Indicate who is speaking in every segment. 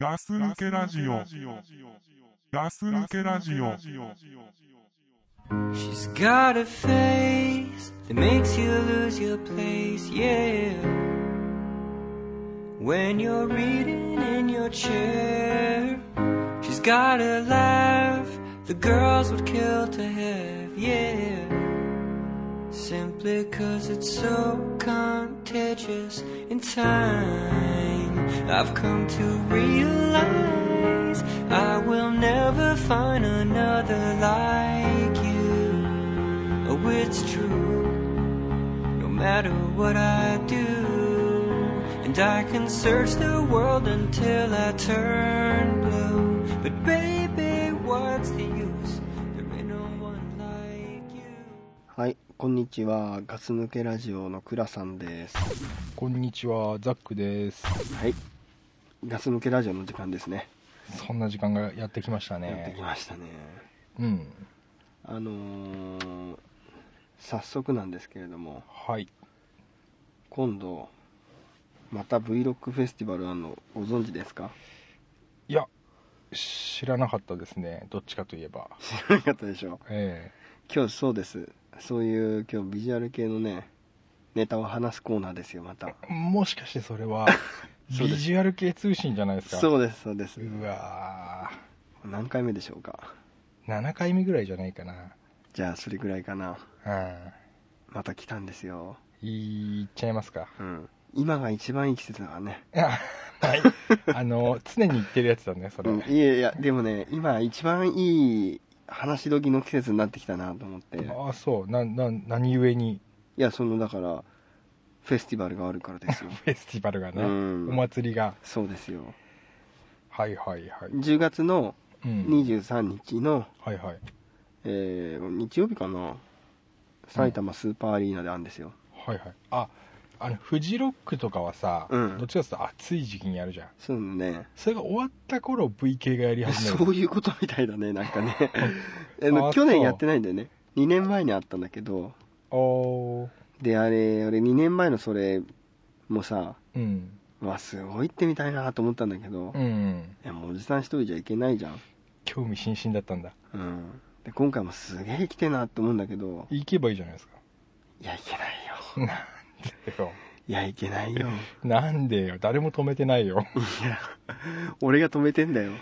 Speaker 1: ガス抜けラジオ。ガス抜けラジオ。
Speaker 2: She's got a face that makes you lose your place, yeah. When you're reading in your chair, she's got a laugh the girls would kill to have, yeah. Simply cause it's so contagious in time. I've come to realize I will never find another like you. Oh, it's true, no matter what I do. And I can search the world until I turn blue. But baby, what's the use? There ain't no one like you.
Speaker 3: はい、こんにちは。ガス抜けラジオのクラさんです。
Speaker 4: こんにちは、ザックです。
Speaker 3: はい。ガス抜けラジオの時間ですね。
Speaker 4: そんな時間がやってきました
Speaker 3: やって
Speaker 4: ね
Speaker 3: き。ましたね。
Speaker 4: うん。
Speaker 3: あのー、早速なんですけれども、
Speaker 4: はい。
Speaker 3: 今度、また Vlog フェスティバルあんのご存知ですか
Speaker 4: いや、知らなかったですね。どっちかといえば。
Speaker 3: 知らなかったでしょ
Speaker 4: え
Speaker 3: 今日そうです。そういう今日ビジュアル系のね、ネタを話すコーナーですよ、また。
Speaker 4: えもしかしてそれは、
Speaker 3: そうです
Speaker 4: ビジュアル系通信じゃないですか。
Speaker 3: そうです、そうです。
Speaker 4: うわ
Speaker 3: 何回目でしょうか。
Speaker 4: ー7回目ぐらいじゃないかな。
Speaker 3: じゃあ、それぐらいかな。
Speaker 4: う
Speaker 3: また来たんですよ。
Speaker 4: ん。いっちゃいますか。
Speaker 3: うん。今が一番いい季節だからね。
Speaker 4: いや、はい。 あの、常に言ってるやつだね、それ。
Speaker 3: うん、いやいや、でもね、今一番いい話し時の季節になってきたなと思って。い
Speaker 4: ああ、そう。な、な、何故に
Speaker 3: や、その、だから、フェスティバルがあるから ですよ。
Speaker 4: フェスティバルがね、
Speaker 3: うん
Speaker 4: お祭りが。
Speaker 3: そうですよ。
Speaker 4: はいはいはい。
Speaker 3: 10月の
Speaker 4: うん。
Speaker 3: 23日の、
Speaker 4: はいはい。
Speaker 3: えー日曜日かな、埼玉スーパーアリーナであるんですよ。
Speaker 4: はいはいああのフジロックとかはさ、
Speaker 3: うん
Speaker 4: どっちかっていうと暑い時期にやるじゃん
Speaker 3: そうね。
Speaker 4: それが終わった頃 VK がやり始める
Speaker 3: そういうことみたいだね、なんか ね。あ
Speaker 4: あ
Speaker 3: の
Speaker 4: ー
Speaker 3: 去年
Speaker 4: そう
Speaker 3: やってないんだよね。2年前にあったんだけど、
Speaker 4: おー
Speaker 3: で、あれ、俺2年前のそれもさ、
Speaker 4: うん
Speaker 3: まあすごい行ってみたいなと思ったんだけど、
Speaker 4: うんうん
Speaker 3: いやもうおじさん一人じゃいけないじゃん、
Speaker 4: 興味津々だったんだ
Speaker 3: うん、で今回もすげえ来てなって思うんだけど
Speaker 4: 行けばいいじゃないですか
Speaker 3: いやいけないよ
Speaker 4: なんでよ
Speaker 3: いやいけないよ
Speaker 4: なんでよ誰も止めてないよ
Speaker 3: いや俺が止めてんだよ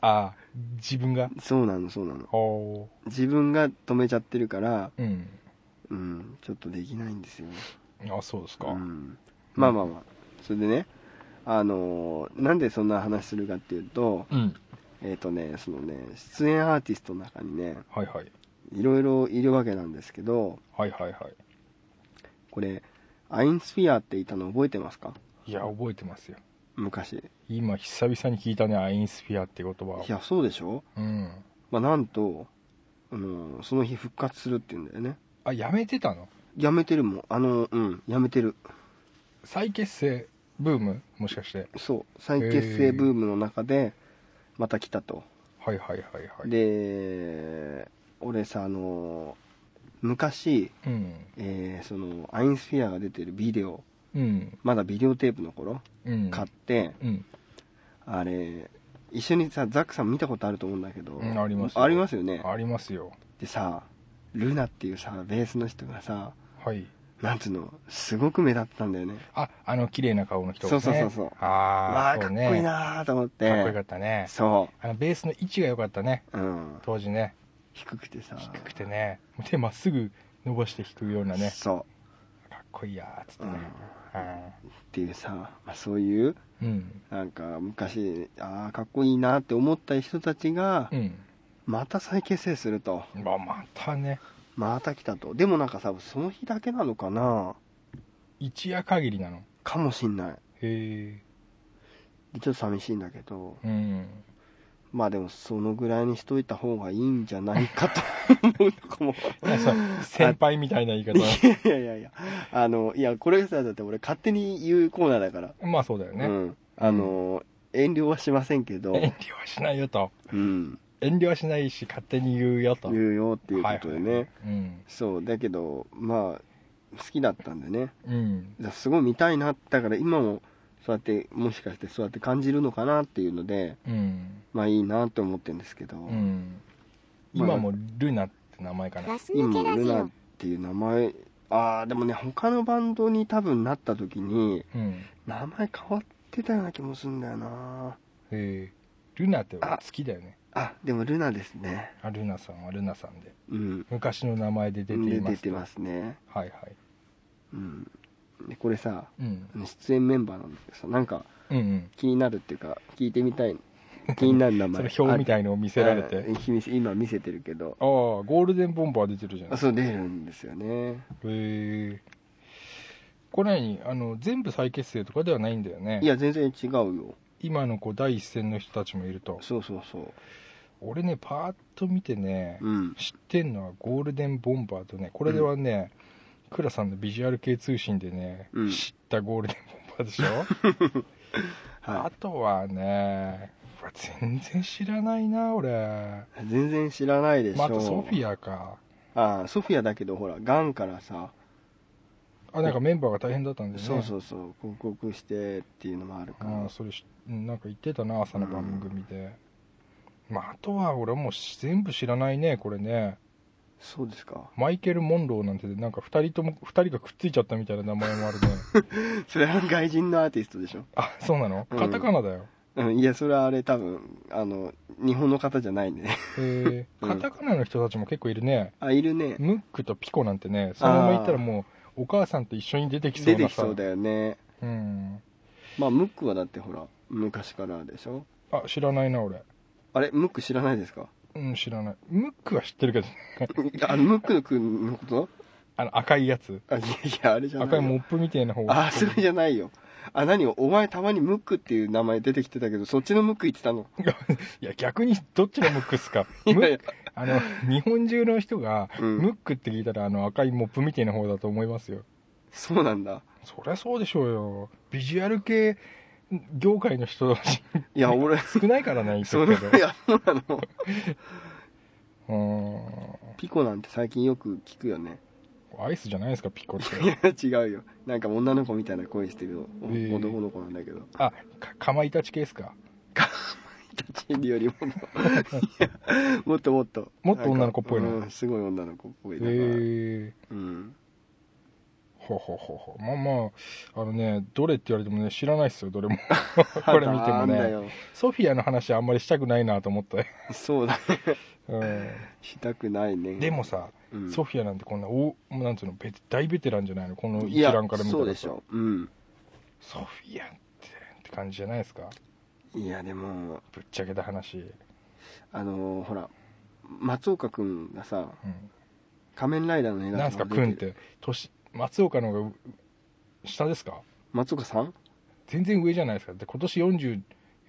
Speaker 4: あ自分が
Speaker 3: そうなのそうなの
Speaker 4: おー
Speaker 3: 自分が止めちゃってるから
Speaker 4: うん
Speaker 3: うんちょっとできないんですよ、
Speaker 4: あそうですか、
Speaker 3: うん、まあまあまあそれでねあのーなんでそんな話するかっていうと
Speaker 4: うん、
Speaker 3: えっ、とねそのね出演アーティストの中にね
Speaker 4: はいはい
Speaker 3: いろいろいるわけなんですけど
Speaker 4: はいはいは
Speaker 3: これアインスフィアっていたの覚えてますか
Speaker 4: いいや覚えてますよ
Speaker 3: 昔
Speaker 4: 今久々に聞いたねアインスフィアって言葉を
Speaker 3: いやそうでしょ、
Speaker 4: うん
Speaker 3: まあ、なんと、あのその日復活するって言うんだよね
Speaker 4: あやめてたの
Speaker 3: やめてるもんあのうんやめてる
Speaker 4: 再結成ブームもしかして
Speaker 3: そう再結
Speaker 4: へ
Speaker 3: 成
Speaker 4: え
Speaker 3: ブームの中でまた来たと、
Speaker 4: はいはいはいはい
Speaker 3: で俺さあの昔、
Speaker 4: うん
Speaker 3: えーそのアインスフィアが出てるビデオ
Speaker 4: うん
Speaker 3: まだビデオテープの頃
Speaker 4: うん
Speaker 3: 買って、
Speaker 4: うん
Speaker 3: あれ一緒にさザックさん見たことあると思うんだけど、
Speaker 4: うんあります
Speaker 3: ありますよね
Speaker 4: ありますよ
Speaker 3: でさルナっていうさベースの人がさ
Speaker 4: はい
Speaker 3: なんつうのすごく目立ってたんだよね
Speaker 4: ああの綺麗な顔の人、ね、
Speaker 3: そうそうそうそう
Speaker 4: あ
Speaker 3: わあ
Speaker 4: あ
Speaker 3: かっ
Speaker 4: そう
Speaker 3: こ
Speaker 4: ね
Speaker 3: いいなーと思って
Speaker 4: かっこよかったね
Speaker 3: そ
Speaker 4: あのベースの位置が良かったね
Speaker 3: う、うん、
Speaker 4: 当時ね
Speaker 3: 低くてさ
Speaker 4: 低くてねもう手まっすぐ伸ばして弾くようなね
Speaker 3: そ
Speaker 4: かっこいいやーっつって
Speaker 3: う、う
Speaker 4: ね
Speaker 3: ん、っ
Speaker 4: あ
Speaker 3: ていうさ、まあ、そういう
Speaker 4: ーうん
Speaker 3: なんか昔ああかっこいいなって思った人たちが
Speaker 4: うん
Speaker 3: また再結成すると
Speaker 4: まあまたね
Speaker 3: また来たとでもなんかさその日だけなのかな
Speaker 4: 一夜限りなの
Speaker 3: かもしんない
Speaker 4: へ
Speaker 3: でちょっと寂しいんだけど
Speaker 4: えうん
Speaker 3: まあでもそのぐらいにしといた方がいいんじゃないかと思うのかも
Speaker 4: なんかさ先輩みたいな言い方
Speaker 3: いやいやいや、あの、いや、これさ、だって俺勝手に言うコーナーだから。
Speaker 4: まあそうだよね、
Speaker 3: うん。あの、遠慮はしませんけど、
Speaker 4: 遠慮はしないよと
Speaker 3: うん。
Speaker 4: 遠慮はしないし勝手に言うよ と
Speaker 3: 言うよっていうことでね。
Speaker 4: はいはいうん
Speaker 3: そう、だけど、まあ、好きだったんでね。
Speaker 4: うん
Speaker 3: だからすごい見たいな。だから今もそうやってもしかしてそうやって感じるのかなっていうので
Speaker 4: うん
Speaker 3: まあいいなと思ってるんですけど、
Speaker 4: うん
Speaker 3: まあ
Speaker 4: 今もルナって名前かな
Speaker 5: ガス抜け
Speaker 3: 今
Speaker 5: ラ
Speaker 3: ル
Speaker 5: ジ
Speaker 3: ナ
Speaker 5: オ
Speaker 3: っていう名前ああでもね他のバンドに多分なった時に
Speaker 4: うん
Speaker 3: 名前変わってたような気もするんだよな
Speaker 4: ええルナって好きだよね
Speaker 3: あでもルナですね
Speaker 4: あルナさんはルナさんで
Speaker 3: うん
Speaker 4: 昔の名前で出てい
Speaker 3: で
Speaker 4: ます
Speaker 3: 出てますね
Speaker 4: はいはい
Speaker 3: うんでこれさ
Speaker 4: うん
Speaker 3: あの出演メンバーなんだけどさなんか
Speaker 4: うんうん
Speaker 3: 気になるっていうか聞いてみた い気になる名
Speaker 4: そ
Speaker 3: 前
Speaker 4: れ表み
Speaker 3: い
Speaker 4: たいのを見せられてあ
Speaker 3: 今見せてるけど
Speaker 4: あゴールデンボンバー出てるじゃな
Speaker 3: あ
Speaker 4: い
Speaker 3: そう出るんですよね
Speaker 4: へえこれ何あの全部再結成とかではないんだよね
Speaker 3: いや全然違うよ
Speaker 4: 今のこう第一線の人たちもいると
Speaker 3: そうそうそ
Speaker 4: 俺ねパーッと見てね、
Speaker 3: ううん
Speaker 4: 知ってんのはゴールデンボンバーとねこれではね、クラさんのビジュアル系通信でね、
Speaker 3: うん
Speaker 4: 知ったゴールデンボンバーでし ょ、あ
Speaker 3: は
Speaker 4: とはねうわ全然知らないな俺
Speaker 3: い全然知らないでしょ
Speaker 4: まあ、あとソフィアか
Speaker 3: ああソフィアだけどほらがんからさ、
Speaker 4: あなんかメンバーが大変だったんでね
Speaker 3: そうそううそう広告してっていうのもあるから
Speaker 4: あそれしうんなんか言ってたな朝の番組で、まあ、あとは俺はもうし全部知らないねこれね
Speaker 3: そうですか
Speaker 4: マイケル・モンローなんてなんか2人とも2人がくっついちゃったみたいな名前もあるね
Speaker 3: それは外人のアーティストでしょ、
Speaker 4: あそうなの
Speaker 3: うん
Speaker 4: カタカナだよ、
Speaker 3: うん、いやそれはあれ多分あの日本の方じゃないんでね
Speaker 4: え
Speaker 3: う
Speaker 4: ー
Speaker 3: ん
Speaker 4: カタカナの人たちも結構いるね
Speaker 3: あいるね
Speaker 4: ムックとピコなんてねそのまま行ったらもうお母さんと一緒に出てきそう
Speaker 3: 出
Speaker 4: な
Speaker 3: て
Speaker 4: さ
Speaker 3: きそうだよね
Speaker 4: うん
Speaker 3: まあムックはだってほら昔からでしょ
Speaker 4: あ知らないな俺
Speaker 3: あれムック知らないですか
Speaker 4: うん知らないムックは知ってるけどね
Speaker 3: あのムックのくんのこと
Speaker 4: あの赤いやつ
Speaker 3: あいやいやあれじゃない
Speaker 4: 赤い
Speaker 3: よ
Speaker 4: モップみたいな方
Speaker 3: あそれじゃないよあ何お前たまにムックっていう名前出てきてたけどそっちのムック言ってたの
Speaker 4: いや逆にどっちのムックっすか ム
Speaker 3: やい
Speaker 4: ッ
Speaker 3: や
Speaker 4: クあの日本中の人が、
Speaker 3: うん
Speaker 4: ムックって聞いたらあの赤いモップみたいな方だと思いますよ
Speaker 3: そうなんだ
Speaker 4: そりゃそうでしょうよビジュアル系業界の人たち
Speaker 3: いや 俺
Speaker 4: 少ないからね言 っ
Speaker 3: そ
Speaker 4: て
Speaker 3: うな
Speaker 4: る
Speaker 3: い
Speaker 4: けど
Speaker 3: やそうなの
Speaker 4: うーん
Speaker 3: ピコなんて最近よく聞くよね
Speaker 4: アイスじゃないですかピコって
Speaker 3: いや違うよなんか女の子みたいな声してるの、お
Speaker 4: へえ
Speaker 3: 男の子なんだけど
Speaker 4: あかかまいたち系ですか
Speaker 3: 立ち入りよりもいやもっともっと
Speaker 4: もっと女の子っぽいの
Speaker 3: なんかうんすごい女の子っぽい
Speaker 4: へ
Speaker 3: だから、
Speaker 4: え
Speaker 3: うん
Speaker 4: ほうほうほうほうまあまああのねどれって言われてもね知らないっすよど れもこれ見て
Speaker 3: な
Speaker 4: も
Speaker 3: んだ
Speaker 4: ね
Speaker 3: よ
Speaker 4: ソフィアの話あんまりしたくないなと思って、
Speaker 3: そうだね
Speaker 4: う
Speaker 3: したくないね
Speaker 4: ん、でもさ、
Speaker 3: うん
Speaker 4: ソフィアなんてこんな大なんつうのベテ大ベテランじゃないのこの
Speaker 3: い
Speaker 4: 一
Speaker 3: や
Speaker 4: 覧から見た
Speaker 3: そう
Speaker 4: ら
Speaker 3: で
Speaker 4: さ
Speaker 3: しょうん
Speaker 4: ソフィアってって感じじゃないですか
Speaker 3: いやでも
Speaker 4: ぶっちゃけた話、
Speaker 3: あのーほら松岡君がさ
Speaker 4: う
Speaker 3: 「仮面ライダー」の映
Speaker 4: ん、な
Speaker 3: 画
Speaker 4: んす
Speaker 3: と
Speaker 4: か
Speaker 3: か
Speaker 4: くんっ
Speaker 3: 出てる
Speaker 4: て年松岡の方がう下ですか
Speaker 3: 松岡さん
Speaker 4: 全然上じゃないですかで今年40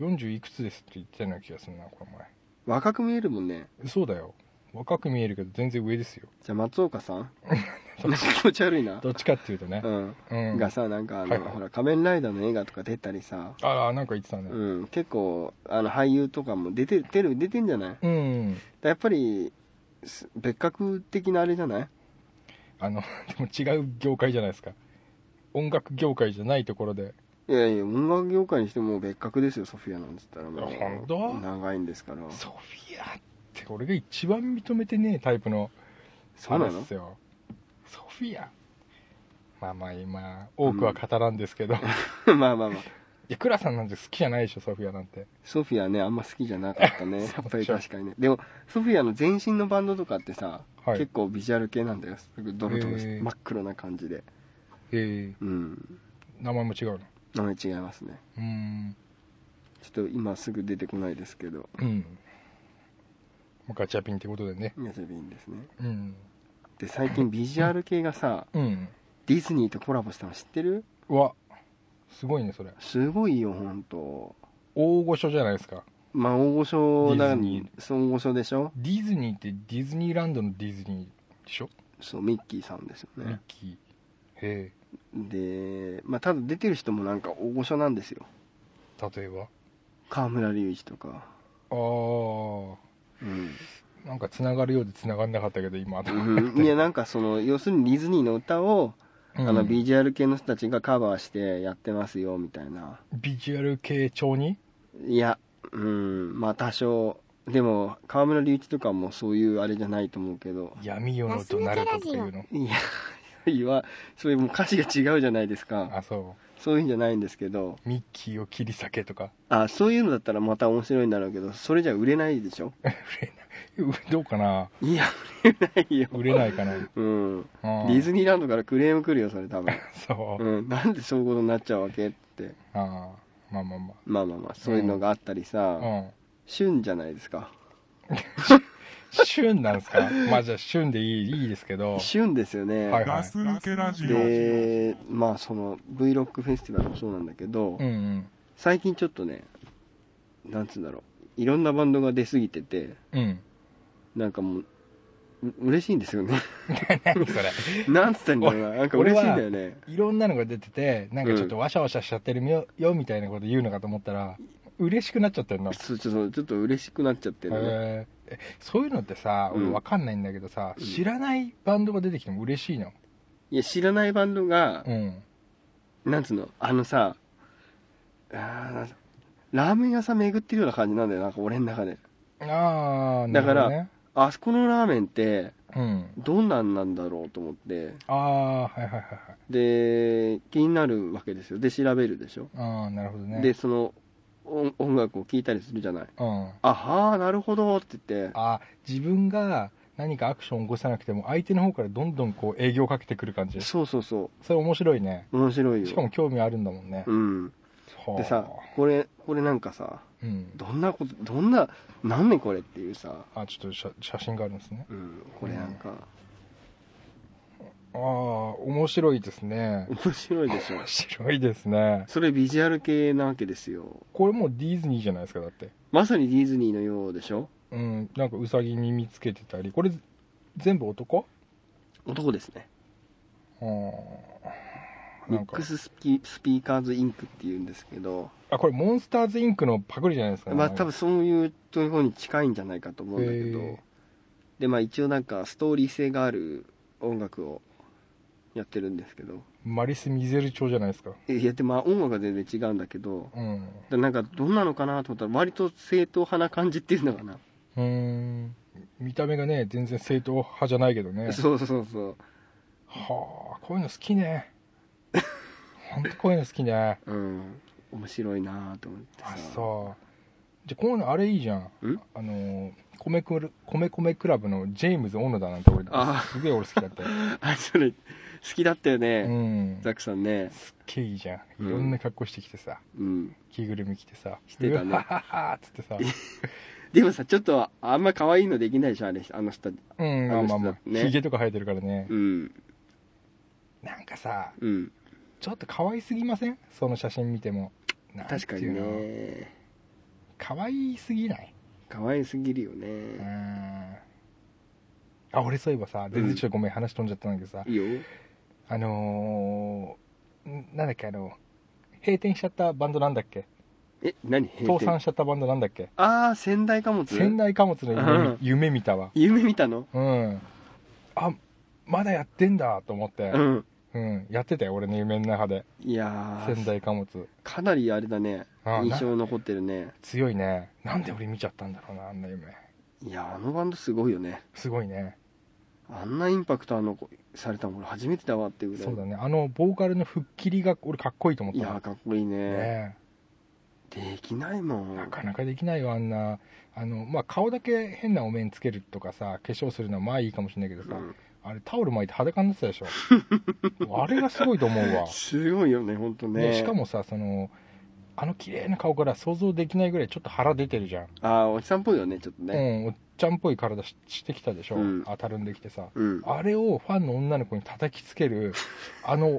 Speaker 4: 40いくつですって言ってたような気がするなこの前
Speaker 3: 若く見えるもんね
Speaker 4: 嘘だよ若く見えるけど全然上ですよ
Speaker 3: じゃあ松岡さん なんか気持ち悪いな
Speaker 4: どっちかっていうとね
Speaker 3: う、ん
Speaker 4: うん、
Speaker 3: がさなんかあの、
Speaker 4: はいはい
Speaker 3: ほら仮面ライダーの映画とか出たりさ、
Speaker 4: ああなんか言ってたね
Speaker 3: うん、結構あの俳優とかも出て出る出てんじゃないだか
Speaker 4: うん、
Speaker 3: らやっぱりす別格的なあれじゃない
Speaker 4: あの でも違う業界じゃないですか音楽業界じゃないところで
Speaker 3: いやいや音楽業界にしても別格ですよソフィアなんつったらもう
Speaker 4: いや本当
Speaker 3: 長いんですから
Speaker 4: ソフィアって俺が一番認めてねえタイプの
Speaker 3: そうなの
Speaker 4: ですよソフィアまあまあ今多くは語らんですけど、い
Speaker 3: まあまあまあ
Speaker 4: やクラさんなんて好きじゃないでしょソフィアなんて
Speaker 3: ソフィアねあんま好きじゃなかった ねやっぱり確かにねでもソフィアの前身のバンドとかってさ、
Speaker 4: はい
Speaker 3: 結構ビジュアル系なんだよすごいドロドロし
Speaker 4: へ
Speaker 3: て
Speaker 4: え
Speaker 3: 真っ黒な感じで
Speaker 4: ええ
Speaker 3: うん
Speaker 4: 名前も違うの
Speaker 3: 名前違いますね
Speaker 4: うーん
Speaker 3: ちょっと今すぐ出てこないですけど
Speaker 4: うんまあガチャピンってことでね
Speaker 3: ガチャビンですね
Speaker 4: うん
Speaker 3: で最近ビジュアル系がさ
Speaker 4: うん
Speaker 3: ディズニーとコラボしたの知ってる
Speaker 4: うわすごいねそれ
Speaker 3: すごいよ本当
Speaker 4: 大御所じゃないですか
Speaker 3: まあ大御所だ
Speaker 4: ディズニ
Speaker 3: そう大御所でしょ
Speaker 4: ディズニーってディズニーランドのディズニーでしょ、
Speaker 3: そうミッキーさんですよ
Speaker 4: ミッ
Speaker 3: ね
Speaker 4: キーへ
Speaker 3: でまあただ出てる人もなんか大御所なんですよ
Speaker 4: え例えば
Speaker 3: 河村隆一とか
Speaker 4: あ
Speaker 3: うん
Speaker 4: あなんかつながるようでつながんなかったけど今
Speaker 3: うんいやなんかその要するにディズニーの歌を
Speaker 4: うん
Speaker 3: あのビジュアル系の人たちがカバーしてやってますよみたいな
Speaker 4: ビジュアル系調に
Speaker 3: いやうんまあ多少でも川村隆一とかもそういうあれじゃないと思うけど
Speaker 4: 闇夜のとなるとっていうの
Speaker 3: いや言わそれもう歌詞が違うじゃないですか
Speaker 4: あそ
Speaker 3: そういうんじゃないんですけど
Speaker 4: うミッキーを切り裂けとか
Speaker 3: あそういうのだったらまた面白いんだろうけどそれじゃ売れないでしょ
Speaker 4: 売れないどうかない
Speaker 3: や売れないよ
Speaker 4: 売れない かなデ
Speaker 3: うんディズニーランドからクレーム来るよそれ多分、
Speaker 4: そう、
Speaker 3: うん、なんでそういうことになっちゃうわけって
Speaker 4: ああまあまあま
Speaker 3: まあまあまあそういうのがあったりさ、
Speaker 4: あうん
Speaker 3: 旬じゃないですか
Speaker 4: 旬なんですかまあじゃあ旬でいいいいですけど
Speaker 3: 旬ですよね、
Speaker 4: はい
Speaker 1: ガス抜けラジオ。
Speaker 3: でまあその V ロックフェスティバルもそうなんだけど、
Speaker 4: うんうん
Speaker 3: 最近ちょっとねなんつうんだろういろんなバンドが出過ぎてて
Speaker 4: うん
Speaker 3: なんかもうう嬉しいんですよね
Speaker 4: 何 それ
Speaker 3: なんつったんだろうななんか嬉しいんだよね
Speaker 4: いろんなのが出ててなんかちょっとわしゃわしゃしちゃってるよ,、よみたいなこと言うのかと思ったら嬉しくなっちゃってるの
Speaker 3: そうちょっとちょっと嬉しくなっちゃってるね
Speaker 4: へーえそういうのってさ俺
Speaker 3: うん
Speaker 4: わかんないんだけどさ、
Speaker 3: うん
Speaker 4: 知らないバンドが出てきても嬉しいの
Speaker 3: いや知らないバンドが
Speaker 4: う、ん
Speaker 3: なんつうのあのさあーなんつラーメン屋さん巡ってるような感じなんだよなんか俺の中で
Speaker 4: ああ
Speaker 3: だから
Speaker 4: ね、
Speaker 3: あそこのラーメンって
Speaker 4: うん
Speaker 3: どんなんなんだろうと思って
Speaker 4: ああはいはいはいはい
Speaker 3: で気になるわけですよで調べるでしょ、
Speaker 4: ああなるほどね
Speaker 3: でその音音楽を聴いたりするじゃない
Speaker 4: うん
Speaker 3: あはあなるほどって言って
Speaker 4: あ自分が何かアクションを起こさなくても相手の方からどんどんこう営業かけてくる感じ
Speaker 3: そうそうそ
Speaker 4: それ面白いね
Speaker 3: う面白いよ
Speaker 4: しかも興味あるんだもんね、
Speaker 3: うん
Speaker 4: はあ
Speaker 3: でさこれこれなんかさ
Speaker 4: うん、
Speaker 3: どんなことどんな何ねこれっていうさ、
Speaker 4: あちょっと写写真があるんですね
Speaker 3: うん、これなんか
Speaker 4: ああ面白いですね
Speaker 3: 面白いでしょ
Speaker 4: 面白いですね
Speaker 3: それビジュアル系なわけですよ
Speaker 4: これもうディズニーじゃないですかだって
Speaker 3: まさにディズニーのようでしょ
Speaker 4: うんなんかウサギ耳つけてたりこれ全部男
Speaker 3: 男ですね
Speaker 4: うん
Speaker 3: ミ
Speaker 4: な
Speaker 3: ッ
Speaker 4: んか
Speaker 3: クススピスピーカーズインクっていうんですけど、
Speaker 4: あこれモンスターズインクのパクリじゃないですか、
Speaker 3: まあ多分
Speaker 4: へ
Speaker 3: そういうところに近いんじゃないかと思うんだけ
Speaker 4: え
Speaker 3: どでまあ一応なんかストーリー性がある音楽をやってるんですけど
Speaker 4: マリス・ミゼル調じゃないですか
Speaker 3: えいやでまあ音楽は全然違うんだけど
Speaker 4: うん
Speaker 3: でなんかどんなのかなと思ったら割と正統派な感じっていうのかな、
Speaker 4: うーん見た目がね全然正統派じゃないけどね
Speaker 3: そうそうそうそ
Speaker 4: はあこういうの好 きねほんとこういうの好きね
Speaker 3: ううん面白いなと思ってさ
Speaker 4: あそうじゃあこういうのあれいいじゃん
Speaker 3: ん
Speaker 4: あのー米くる米米クラブのジェームズ・小野田なんて俺
Speaker 3: あ
Speaker 4: すげえ俺好きだ ったよ
Speaker 3: あそれ好きだったよ
Speaker 4: う
Speaker 3: ね、
Speaker 4: ん
Speaker 3: ザックさんね
Speaker 4: すっげえいいじゃんいろんな格好してきてさ、
Speaker 3: うん
Speaker 4: 着ぐるみ着てさ
Speaker 3: してたね
Speaker 4: うわはははっつってさ
Speaker 3: でもさちょっとあんま可愛いのできないでしょあれあの人たち
Speaker 4: うんまあまあまあ
Speaker 3: あの人だね
Speaker 4: ひげとか生えてるからね
Speaker 3: うん
Speaker 4: なんかさ
Speaker 3: うん
Speaker 4: ちょっと可愛すぎませんその写真見てもなんていう
Speaker 3: 確かに
Speaker 4: の
Speaker 3: ね
Speaker 4: 可愛すぎない
Speaker 3: 可愛すぎるよ
Speaker 4: う
Speaker 3: ね
Speaker 4: んあ俺そういえばさ全然ちょっとごめん、話飛んじゃったんだけどさ
Speaker 3: いいよ
Speaker 4: あのーんなんだっけあの閉店しちゃったバンドなんだっけ
Speaker 3: え何閉
Speaker 4: 倒
Speaker 3: 店
Speaker 4: 産しちゃったバンドなんだっけ
Speaker 3: ああ仙台貨物
Speaker 4: 仙台貨物の夢,、
Speaker 3: うん
Speaker 4: 夢見たわ
Speaker 3: 夢見たの
Speaker 4: うんあまだやってんだと思って、
Speaker 3: う
Speaker 4: うん
Speaker 3: ん
Speaker 4: やってたよ俺の夢の中で
Speaker 3: いや
Speaker 4: 仙
Speaker 3: ー
Speaker 4: 台貨物
Speaker 3: かなりあれだね
Speaker 4: あー
Speaker 3: 印象残ってるね
Speaker 4: 強いねなんで俺見ちゃったんだろうなあんな夢
Speaker 3: いやーあのバンドすごいよね
Speaker 4: すごいね
Speaker 3: あんなインパクトあの子されたの俺初めてだわっていうぐらい
Speaker 4: そうだねあのボーカルの吹っ切りが俺かっこいいと思っ
Speaker 3: い
Speaker 4: た
Speaker 3: や
Speaker 4: も
Speaker 3: ー
Speaker 4: ん
Speaker 3: かっこいいね
Speaker 4: ね
Speaker 3: できないもん
Speaker 4: なかなかできないよあんなあの、まあ、顔だけ変なお面つけるとかさ化粧するのはまあいいかもしれないけどさ、
Speaker 3: うん
Speaker 4: あれタオル巻いて裸になってたで しょあれがすごいと思うわ、
Speaker 3: すごいよね本当ね
Speaker 4: ねしかもさそのあの綺麗な顔から想像できないぐらいちょっと腹出てるじゃん、
Speaker 3: ああおじさんっぽいよねちょっとね
Speaker 4: うんおっちゃんっぽい体ししてきたでしょ、
Speaker 3: うん
Speaker 4: 当たるんできてさ
Speaker 3: うん
Speaker 4: あれをファンの女の子に叩きつけるあの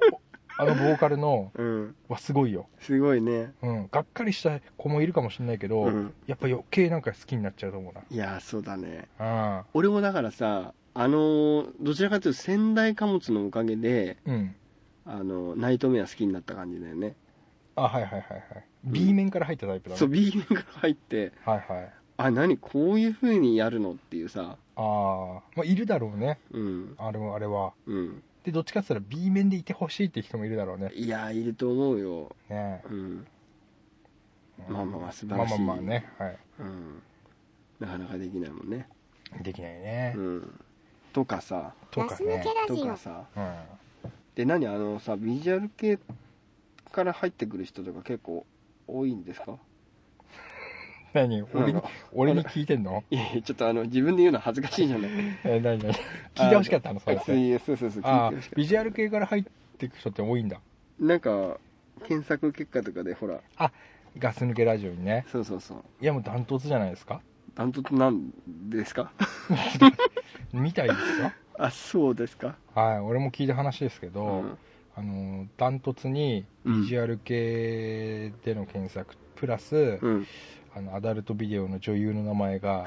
Speaker 4: あのボーカルの
Speaker 3: うん
Speaker 4: はすごいよ、
Speaker 3: すごいね
Speaker 4: うん、がっかりした子もいるかもしれないけど、
Speaker 3: うん
Speaker 4: やっぱ余計なんか好きになっちゃうと思うない
Speaker 3: やーそうだね
Speaker 4: あ
Speaker 3: 俺もだからさあのーどちらかというと仙台貨物のおかげで
Speaker 4: あうん
Speaker 3: あのーナイトメア好きになった感じだよね
Speaker 4: あはいはいはいはい B 面から入ったタイプだね
Speaker 3: そう B 面から入って
Speaker 4: はいはい
Speaker 3: あ何こういう風にやるのっていうさ
Speaker 4: ああまあいるだろうね
Speaker 3: うん
Speaker 4: あれはあれは
Speaker 3: うん
Speaker 4: でどっちかって言ったら B 面でいてほしいって人もいるだろうね
Speaker 3: いやいると思うよ
Speaker 4: ね
Speaker 3: うん
Speaker 4: え
Speaker 3: まあまあまあ素晴らしい
Speaker 4: まあまあまあね、は
Speaker 3: うんなかなかできないもんね
Speaker 4: い、できないね、
Speaker 3: うんとかさ
Speaker 4: と
Speaker 5: ガ
Speaker 4: か
Speaker 5: ス抜
Speaker 4: ね
Speaker 5: けラ
Speaker 3: と
Speaker 5: ジ
Speaker 3: か
Speaker 5: オ
Speaker 3: さ
Speaker 4: うん
Speaker 3: で何あのさビジュアル系から入ってくる人とか結構多いんですか
Speaker 4: 何俺
Speaker 3: な
Speaker 4: に
Speaker 3: んか
Speaker 4: 俺に聞いてんの
Speaker 3: いやいやちょっとあの自分で言うのは恥ずかしいじゃない
Speaker 4: え何 何聞いてほしかったのそれ
Speaker 3: あいやそうそうそう聞い
Speaker 4: あ
Speaker 3: てほしか
Speaker 4: ビジュアル系から入ってく人って多いんだ
Speaker 3: ったなんか検索結果とかでほら
Speaker 4: ガス抜けラジオにね
Speaker 3: そうそうそう
Speaker 4: いやもうダントツじゃないですか
Speaker 3: ダントツなんです か
Speaker 4: みたいですよ
Speaker 3: あそうですか
Speaker 4: はい俺も聞いた話ですけど、
Speaker 3: うん
Speaker 4: あのダントツにビジュアル系での検索プラス、
Speaker 3: うん
Speaker 4: あのアダルトビデオの女優の名 前が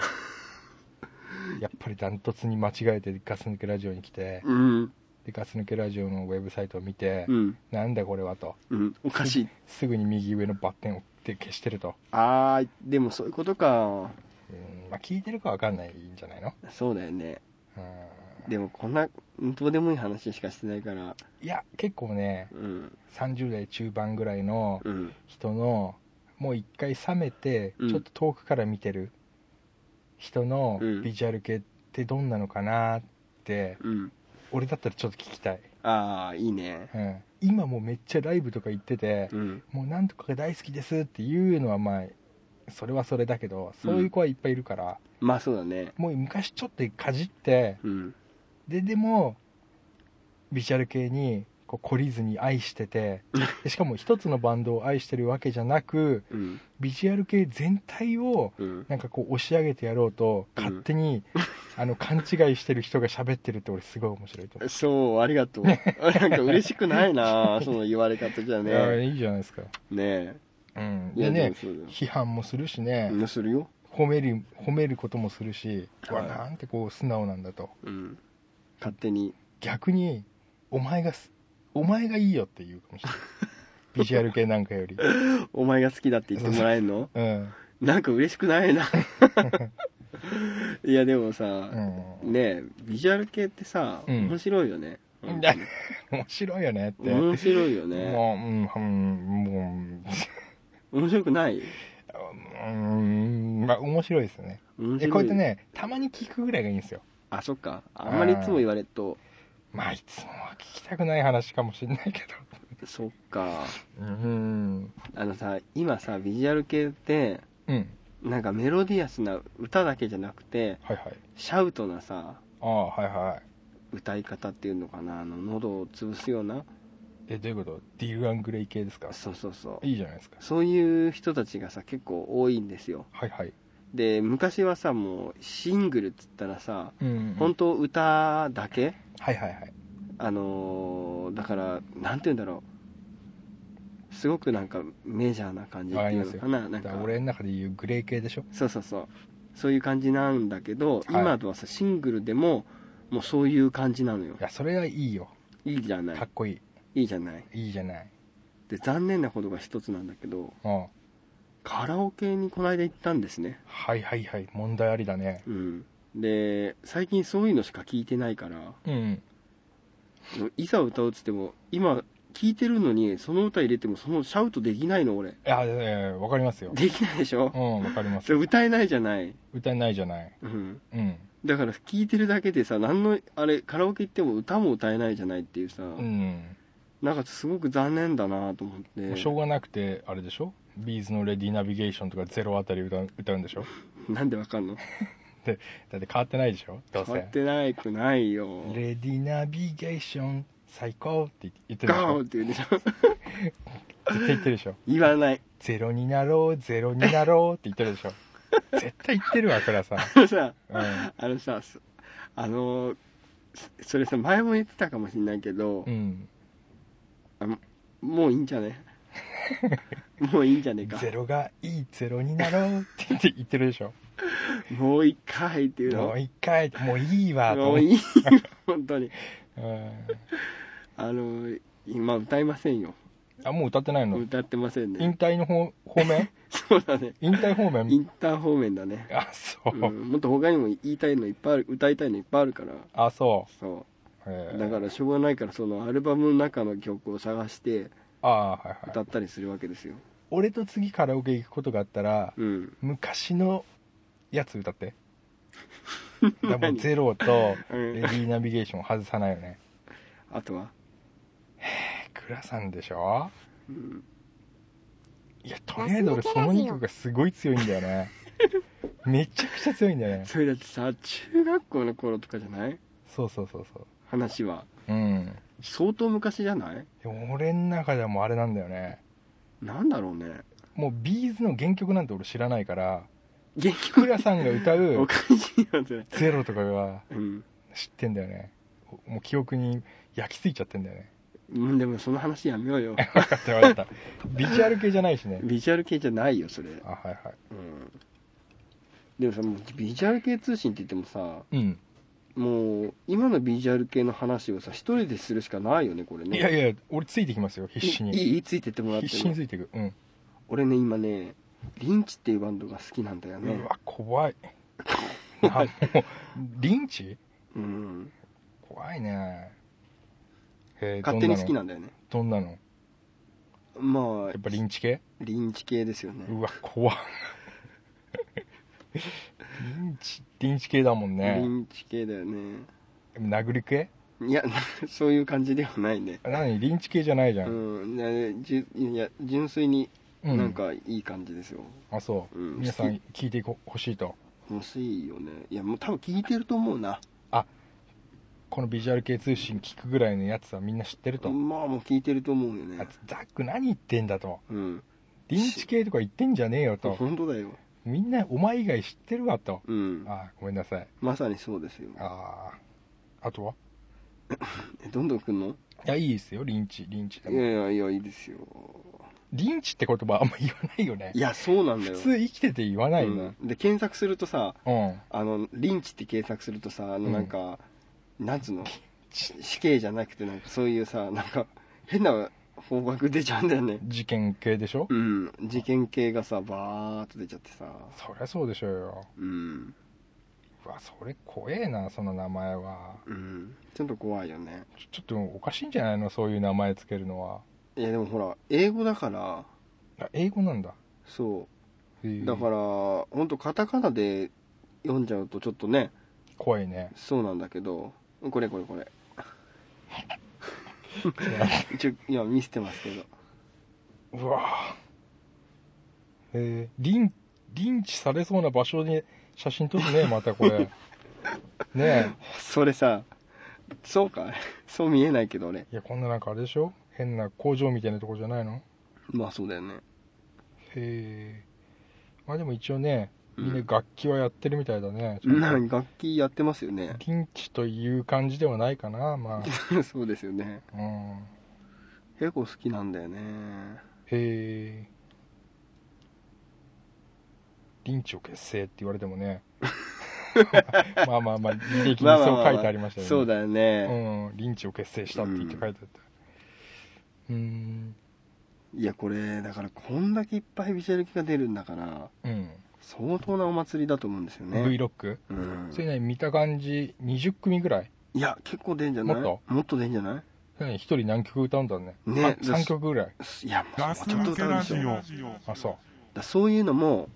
Speaker 4: やっぱりダントツに間違えてガス抜けラジオに来て
Speaker 3: うん
Speaker 4: でガス抜けラジオのウェブサイトを見て、
Speaker 3: うん
Speaker 4: なんだこれはと
Speaker 3: うんおかしい
Speaker 4: すぐに右上のバッテンをで消してると、
Speaker 3: あーでもそういうことか
Speaker 4: うんまあ、聞いてるかわかんないんじゃないの、
Speaker 3: そうだよね
Speaker 4: うん
Speaker 3: でもこんなどうでもいい話しかしてないから
Speaker 4: いや結構ね
Speaker 3: うん
Speaker 4: 30代中盤ぐらいの
Speaker 3: うん
Speaker 4: 人のもう一回冷めて
Speaker 3: うん
Speaker 4: ちょっと遠くから見てる人の
Speaker 3: うん
Speaker 4: ビジュアル系ってどんなのかなって
Speaker 3: うん
Speaker 4: 俺だったらちょっと聞きたい
Speaker 3: ああいいね
Speaker 4: うん、今もうめっちゃライブとか行ってて、
Speaker 3: うん
Speaker 4: もうなんとかが大好きですっていうのはまあそれはそれだけどそういう子はいっぱいいるから、
Speaker 3: まあそうだね
Speaker 4: もう昔ちょっとかじって
Speaker 3: うん
Speaker 4: ででもビジュアル系にこう懲りずに愛し ててでしかも一つのバンドを愛してるわけじゃなく
Speaker 3: うん
Speaker 4: ビジュアル系全体を
Speaker 3: うん
Speaker 4: なんかこう押し上げてやろうと
Speaker 3: うん
Speaker 4: 勝手 に、あの勘違いしてる人が喋ってるって俺すごい面白いと思
Speaker 3: そうありがとう なんか嬉しくないなその言われ方じゃ
Speaker 4: う、 いや
Speaker 3: ね
Speaker 4: いいじゃないですか、
Speaker 3: ね
Speaker 4: うん、
Speaker 3: いや
Speaker 4: で
Speaker 3: で
Speaker 4: ね
Speaker 3: もそうだよ
Speaker 4: 批判もするしね、
Speaker 3: うんするよ
Speaker 4: 褒める褒めることもするし、うわ
Speaker 3: はい
Speaker 4: なんてこう素直なんだと
Speaker 3: うん勝手に
Speaker 4: 逆にお前がすお前がいいよって言うかもしれ ないビジュアル系なんかより
Speaker 3: お前が好きだって言ってもらえる の
Speaker 4: うん
Speaker 3: なんか嬉しくないな いやでもさ
Speaker 4: う、ん
Speaker 3: ねえビジュアル系ってさ、
Speaker 4: うん
Speaker 3: 面白いよね
Speaker 4: うんだ面白いよねって、
Speaker 3: 面白いよね
Speaker 4: もううんうんも
Speaker 3: 面白くないう
Speaker 4: うんまあ面白いですね
Speaker 3: 面白
Speaker 4: で
Speaker 3: い
Speaker 4: こうやってねたまに聞くぐらいがいいんですよ
Speaker 3: あそっかあんまりいつも言われると
Speaker 4: まあいつもは聞きたくない話かもしれないけ
Speaker 3: そっか
Speaker 4: どうん
Speaker 3: あのさ今さビジュアル系って
Speaker 4: うん
Speaker 3: なんかメロディアスな歌だけじゃなくて
Speaker 4: はいはい
Speaker 3: シャウトなさ
Speaker 4: ああはいはい
Speaker 3: 歌い方っていうのかなあの喉を潰すような
Speaker 4: えどういうことディル・アングレイ系ですか
Speaker 3: そうそうそう
Speaker 4: いいじゃないですか
Speaker 3: そういう人たちがさ結構多いんですよ
Speaker 4: はいはい
Speaker 3: で昔はさもうシングルっつったらさ
Speaker 4: うんうん
Speaker 3: 本当歌だけ
Speaker 4: はいはいはい
Speaker 3: あのーだからなんて言うんだろうすごくなんかメジャーな感じっていうのかなな
Speaker 4: だ
Speaker 3: ん
Speaker 4: か
Speaker 3: から
Speaker 4: 俺の中で言うグレー系でしょ
Speaker 3: そうそうそうそういう感じなんだけど、
Speaker 4: はい
Speaker 3: 今とはさシングルでももうそういう感じなのよ
Speaker 4: いやそれはいいよ
Speaker 3: いいじゃな
Speaker 4: か
Speaker 3: い
Speaker 4: っこいい
Speaker 3: いいじゃない
Speaker 4: いいじゃない
Speaker 3: で残念なことが一つなんだけど
Speaker 4: うん
Speaker 3: カラオケにこの間行ったんですね
Speaker 4: はいはいはい問題ありだね
Speaker 3: うんで最近そういうのしか聞いてないから
Speaker 4: うん
Speaker 3: いざ歌うっつっても今聞いてるのにその歌入れてもそのシャウトできないの俺
Speaker 4: いやいやいやわかりますよ
Speaker 3: できないでしょ
Speaker 4: うんわかりま
Speaker 3: そ
Speaker 4: す
Speaker 3: れ歌えないじゃない、
Speaker 4: 歌えないじゃない
Speaker 3: うん、
Speaker 4: うん
Speaker 3: だから聞いてるだけでさ何のあれカラオケ行っても歌も歌えないじゃないっていうさ、
Speaker 4: うん
Speaker 3: なんかすごく残念だなと思っ
Speaker 4: もう
Speaker 3: て
Speaker 4: しょうがなくてあれでしょビーズの「レディナビゲーション」とか「ゼロあたり歌う歌うんでしょ
Speaker 3: なんでわかんの
Speaker 4: だって変わってないでしょどう
Speaker 3: 変わ
Speaker 4: せ
Speaker 3: ってないくないよ
Speaker 4: 「レディナビゲーション最高」って言ってるでし
Speaker 3: ガ
Speaker 4: ょ
Speaker 3: オって言うでしょ
Speaker 4: 絶対言ってるでしょ
Speaker 3: 言わない
Speaker 4: ゼロになろう、ゼロになろうって言ってるでしょ。絶対言ってるわ、倉さん。
Speaker 3: さ
Speaker 4: うん。
Speaker 3: あのさそあのーそそれさ前も言ってたかもしれないけど
Speaker 4: う、ん。
Speaker 3: もういいんじゃ ねもういいんじゃねえか
Speaker 4: ゼロがいい、ゼロになろうって言って言ってるでしょ。
Speaker 3: もう一回っていう
Speaker 4: も
Speaker 3: の
Speaker 4: う一回、もういいわ、と
Speaker 3: もう
Speaker 4: 思って。
Speaker 3: いい本当に
Speaker 4: うん
Speaker 3: あのー今歌いませんよ
Speaker 4: あ、もう歌ってないの
Speaker 3: 歌ってません
Speaker 4: 引
Speaker 3: ね
Speaker 4: 退の方方面
Speaker 3: そうだね
Speaker 4: 引退方
Speaker 3: イ
Speaker 4: 面
Speaker 3: ンター方面だね、
Speaker 4: あ、そう
Speaker 3: う。んもっと他にも言いたいのいっぱいある歌いたいのいっぱいあるから
Speaker 4: あ、そ。
Speaker 3: そう
Speaker 4: えー
Speaker 3: だからしょうがないからそのアルバムの中の曲を探して
Speaker 4: ああはいは
Speaker 3: 歌
Speaker 4: い
Speaker 3: ったりするわけですよ、
Speaker 4: 俺と次カラオケ行くことがあったら
Speaker 3: うん
Speaker 4: 昔のやつ歌ってだからもうゼロと
Speaker 3: うん
Speaker 4: レディーナビゲーション外さないよね
Speaker 3: あとは、
Speaker 4: えクラさんでしょ
Speaker 3: うん、
Speaker 4: いやとりあえず俺その2曲がすごい強いんだよねめちゃくちゃ強いんだよね
Speaker 3: それだってさ中学校の頃とかじゃない
Speaker 4: そうそうそうそ
Speaker 3: 話は
Speaker 4: ううん
Speaker 3: 相当昔じゃない
Speaker 4: でも俺の中ではもうあれなんだよね
Speaker 3: なんだろうね
Speaker 4: もうビーズの原曲なんて俺知らないから
Speaker 3: 元
Speaker 4: クラさんが歌
Speaker 3: 気お
Speaker 4: う
Speaker 3: かしいよね
Speaker 4: 「ゼロとかが
Speaker 3: うん
Speaker 4: 知ってんだよねもう記憶に焼き付いちゃってんだよね
Speaker 3: うんでもその話やめようよ
Speaker 4: 分かった分かったビジュアル系じゃないしね
Speaker 3: ビジュアル系じゃないよそれ、うん、
Speaker 4: あはいは
Speaker 3: でもさもうビジュアル系通信って言ってもさ
Speaker 4: いうん
Speaker 3: もう今のビジュアル系の話をさ一人でするしかないよねこれね
Speaker 4: いやいや俺ついてきますよ必死
Speaker 3: い
Speaker 4: に
Speaker 3: いいいついてってもらって
Speaker 4: 必死に
Speaker 3: も
Speaker 4: ついていくうん
Speaker 3: 俺ね今ねリンチっていうバンドが好きなんだよね
Speaker 4: うわ 怖いあもうリンチ
Speaker 3: うん
Speaker 4: 怖いねへえ
Speaker 3: 勝手に好きな
Speaker 4: な
Speaker 3: んだよね
Speaker 4: どんなのや
Speaker 3: まあ
Speaker 4: っぱリンチ系
Speaker 3: リンチ系ですよね
Speaker 4: うわ怖いリンチリンチ系だもん
Speaker 3: リ
Speaker 4: ね
Speaker 3: ンチ系だよね
Speaker 4: 殴り系
Speaker 3: いやそういう感じではないね
Speaker 4: 何リンチ系じゃないじゃん、
Speaker 3: うんいやじゅいや純粋に
Speaker 4: う
Speaker 3: なんかいい感じですよ、
Speaker 4: あそう、
Speaker 3: うん
Speaker 4: 皆さん聞いてほしいと
Speaker 3: 欲しいよねいやもう多分聞いてると思うな
Speaker 4: このビジュアル系通信聞くぐらいのやつはみんな知ってると、
Speaker 3: まあもう聞いてると思うよ
Speaker 4: あ
Speaker 3: ね
Speaker 4: ザック何言ってんだと
Speaker 3: うん
Speaker 4: リンチ系とか言ってんじゃねえよと
Speaker 3: 本当だよ
Speaker 4: みんなお前以外知ってるわと
Speaker 3: うん
Speaker 4: あーごめんなさい
Speaker 3: まさにそうですよ
Speaker 4: あああとは
Speaker 3: えどんどん来んの
Speaker 4: いやいいですよリンチリンチで
Speaker 3: い
Speaker 4: も
Speaker 3: やいやいやいいですよ
Speaker 4: リンチって言葉あんま言わないよね
Speaker 3: いやそうなんだ
Speaker 4: 普
Speaker 3: よ
Speaker 4: 通生きてて言わないよね
Speaker 3: うんで検索するとさ
Speaker 4: うん、
Speaker 3: あのリンチって検索するとさあの
Speaker 4: うん
Speaker 3: なんか、なんつうのし死刑じゃなくてなんかそういうさなんか変な方角出ちゃうんだよね
Speaker 4: 事件系でしょ、
Speaker 3: うん事件系がさバーっと出ちゃってさ
Speaker 4: そりゃそうでしょうよ
Speaker 3: うん
Speaker 4: うわそれ怖えなその名前は
Speaker 3: うんちょっと怖いよね
Speaker 4: ちょちょっとおかしいんじゃないのそういう名前つけるのはい
Speaker 3: やでもほら英語だから
Speaker 4: あ英語なんだ
Speaker 3: そ
Speaker 4: へ
Speaker 3: う
Speaker 4: え
Speaker 3: だからほんとカタカナで読んじゃうとちょっとね
Speaker 4: 怖いね
Speaker 3: そうなんだけどこれこれこれ 一応今見せてますけど
Speaker 4: うわえー、リンリンチされそうな場所に写真撮る ねまたこれねえ
Speaker 3: それさそうかそう見えないけどね
Speaker 4: いやこんななんかあれでしょ変な工場みたいなとこじゃないのへ
Speaker 3: まあそうだよね
Speaker 4: えまあでも一応ね
Speaker 3: うん
Speaker 4: みんな楽器はやってるみたいだね、ちゃんと
Speaker 3: な楽器やってますよね
Speaker 4: リンチという感じではないかな ま
Speaker 3: そうですよね
Speaker 4: あうん
Speaker 3: 結構好きなんだよね
Speaker 4: へえリンチを結成って言われても ねまあま あまあ履歴にそう書いてありましたよね
Speaker 3: そうだよね、
Speaker 4: うん、リンチを結成したって言って書いてあったうーん
Speaker 3: いやこれだからこんだけいっぱいビジュアル系が出るんだから
Speaker 4: うん、
Speaker 3: 相当なお祭りだと思うんですよね
Speaker 4: V ロック
Speaker 3: うん
Speaker 4: それね見た感じ20組ぐらい
Speaker 3: いや結構出んじゃない
Speaker 4: もっと
Speaker 3: 出んじゃない
Speaker 4: それね一人何曲歌うんだろうね
Speaker 3: ね
Speaker 4: ね3曲ぐらい
Speaker 3: いやも
Speaker 1: ガ
Speaker 3: う
Speaker 1: ス
Speaker 3: ちょっと
Speaker 1: 抜け
Speaker 3: 歌う
Speaker 1: ラ
Speaker 3: でし
Speaker 1: ジ
Speaker 3: ょだか
Speaker 1: オ
Speaker 4: あそ
Speaker 3: らそういうのも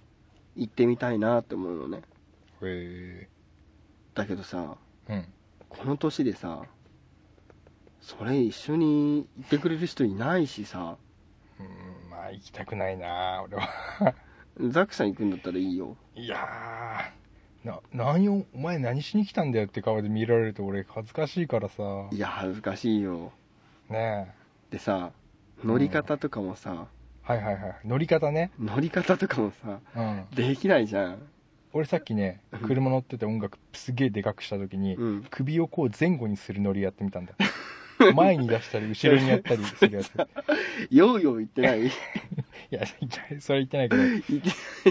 Speaker 3: 行ってみたいなって思うのね
Speaker 4: うへ
Speaker 3: だけどさ
Speaker 4: えうん
Speaker 3: この年でさそれ一緒に行ってくれる人いないしさ
Speaker 4: うんまあ行きたくないな俺は
Speaker 3: ザックさん行くんだったらいいよ
Speaker 4: いやーな何をお前何しに来たんだよって顔で見られると俺恥ずかしいからさ
Speaker 3: いや恥ずかしいよ
Speaker 4: ね
Speaker 3: でさ乗り方とかもさ、
Speaker 4: えはいはいはい乗り方ね
Speaker 3: 乗り方とかもさ
Speaker 4: うん
Speaker 3: できないじゃん
Speaker 4: 俺さっきね
Speaker 3: うん
Speaker 4: 車乗ってて音楽すげえでかくした時に、
Speaker 3: うん
Speaker 4: 首をこう前後にするノリやってみたんだ 前に出したり後ろにやったりするやつい
Speaker 3: ヨーヨー言ってない
Speaker 4: やいやそれ言ってないけど
Speaker 3: 言っ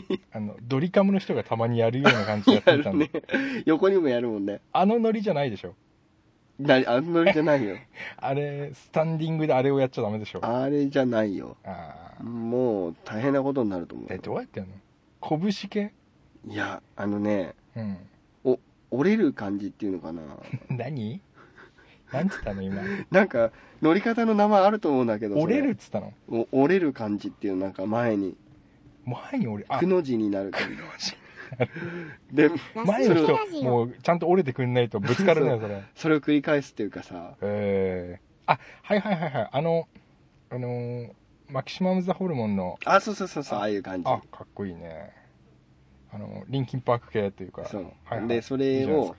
Speaker 3: て
Speaker 4: あのドリカムの人がたまにやるような感じでやって
Speaker 3: や
Speaker 4: みた
Speaker 3: る
Speaker 4: んだ、
Speaker 3: ね横にもやるもんね
Speaker 4: あのノリじゃないでしょ
Speaker 3: なあのノリじゃないよ
Speaker 4: あれスタンディングであれをやっちゃダメでしょあ
Speaker 3: あれじゃないよ
Speaker 4: あ
Speaker 3: もう大変なことになると思う
Speaker 4: えど
Speaker 3: よ
Speaker 4: うやってやるの拳系
Speaker 3: いやあのね
Speaker 4: うん
Speaker 3: 折れる感じっていうのかな
Speaker 4: 何なんつったの今。
Speaker 3: なんか、乗り方の名前あると思うんだけど。そ
Speaker 4: 折れるっつったの
Speaker 3: お折れる感じっていう、なんか前に、
Speaker 4: 前に折れ、あ
Speaker 3: く、の字になる感じ。 で、
Speaker 4: 前の人、もうちゃんと折れてくんないとぶつかるのよ、それ。
Speaker 3: それを繰り返すっていうかさ、
Speaker 4: えー、あ、はいはいはいはい。あの、あのーマキシマム・ザ・ホルモンの、
Speaker 3: あ、そうそうそうそう、ああいう感じ。
Speaker 4: あ、かっこいいね。あの、リンキンパーク系というか。
Speaker 3: そう
Speaker 4: はいはい、
Speaker 3: で、それ
Speaker 4: いいじゃないです
Speaker 3: を、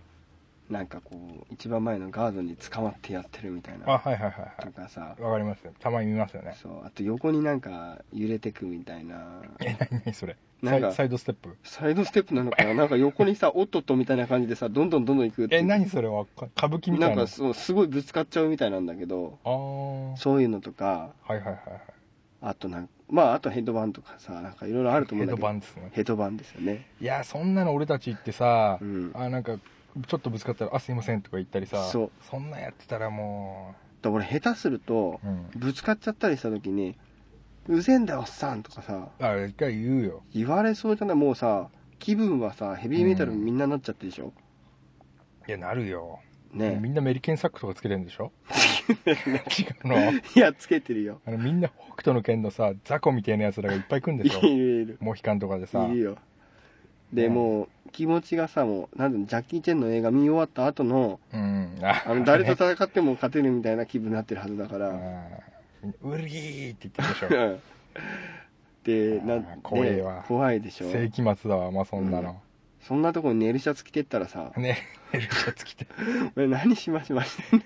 Speaker 3: なんかこう、一番前のガードに捕まってやってるみたい
Speaker 4: か。あ、
Speaker 3: な。
Speaker 4: はいはいはい
Speaker 3: とかさ
Speaker 4: はい。、わかりますよ。たまに見ますよね。
Speaker 3: そう、あと横になんか揺れてくみたいな。
Speaker 4: え、なにそれ
Speaker 3: な
Speaker 4: サ
Speaker 3: んか
Speaker 4: イサイドステップ。
Speaker 3: サイドステップなのかななんか横にさ、おっとっとみたいな感じでさ、どんどんどんどん行くってい
Speaker 4: え、
Speaker 3: う
Speaker 4: なにそれはか歌舞伎みたい
Speaker 3: な。
Speaker 4: なん
Speaker 3: かそう、すごいぶつかっちゃうみたいなんだけど、
Speaker 4: あー。
Speaker 3: そういうのとか、
Speaker 4: はいはいはいはい。
Speaker 3: あとなんか、まあ、あとヘッドバンとかさ、なんかいろいろあると思
Speaker 4: ヘ
Speaker 3: うんだ
Speaker 4: ッド
Speaker 3: けど。
Speaker 4: バンですね。
Speaker 3: ヘドバンですよね。
Speaker 4: いや、そんなの俺たちってさ
Speaker 3: う、ん。
Speaker 4: あ、なんか、ちょっとぶつかったら、あ、すいませんとか言ったりさ、
Speaker 3: そうん
Speaker 4: なんやってたらも
Speaker 3: だから俺下手すると、
Speaker 4: う、うん。
Speaker 3: ぶつかっちゃったりした時に、うぜんだよ、おっさんとかさ、
Speaker 4: あ、一回言うよ。
Speaker 3: 言われそうじゃないもうさ、気分はさ、ヘビーメタル
Speaker 4: うん
Speaker 3: みんななっちゃってるでしょ、
Speaker 4: いや、なるよ。み
Speaker 3: ね
Speaker 4: んなメリケンサックとかつけてるんで しょ違うの。
Speaker 3: いや、つけてるよ。
Speaker 4: あの、みんな北斗の剣のさ、雑魚みたいな奴らがいっぱい来るんで
Speaker 3: い
Speaker 4: しょ
Speaker 3: るいる
Speaker 4: モヒカンとかでさ。
Speaker 3: いるよ。で、
Speaker 4: ね
Speaker 3: もう、気持ちがさ、もう、なんだろうジャッキー・チェンの映画見終わった後の、
Speaker 4: うん。あ
Speaker 3: あの、誰と戦っても勝てるみたいな気分になってるはずだか
Speaker 4: あ
Speaker 3: ら。
Speaker 4: ーみんなウルギーって言 ってるでし
Speaker 3: うんで、
Speaker 4: ょ。
Speaker 3: なん
Speaker 4: あー怖いわ
Speaker 3: ね怖いでしょ。
Speaker 4: 世紀末だわ、まあ、そんなの。
Speaker 3: そんなとこに寝るシャツ着てったらさ、
Speaker 4: ね、 エルシャツ着て。
Speaker 3: 俺何しましましてんの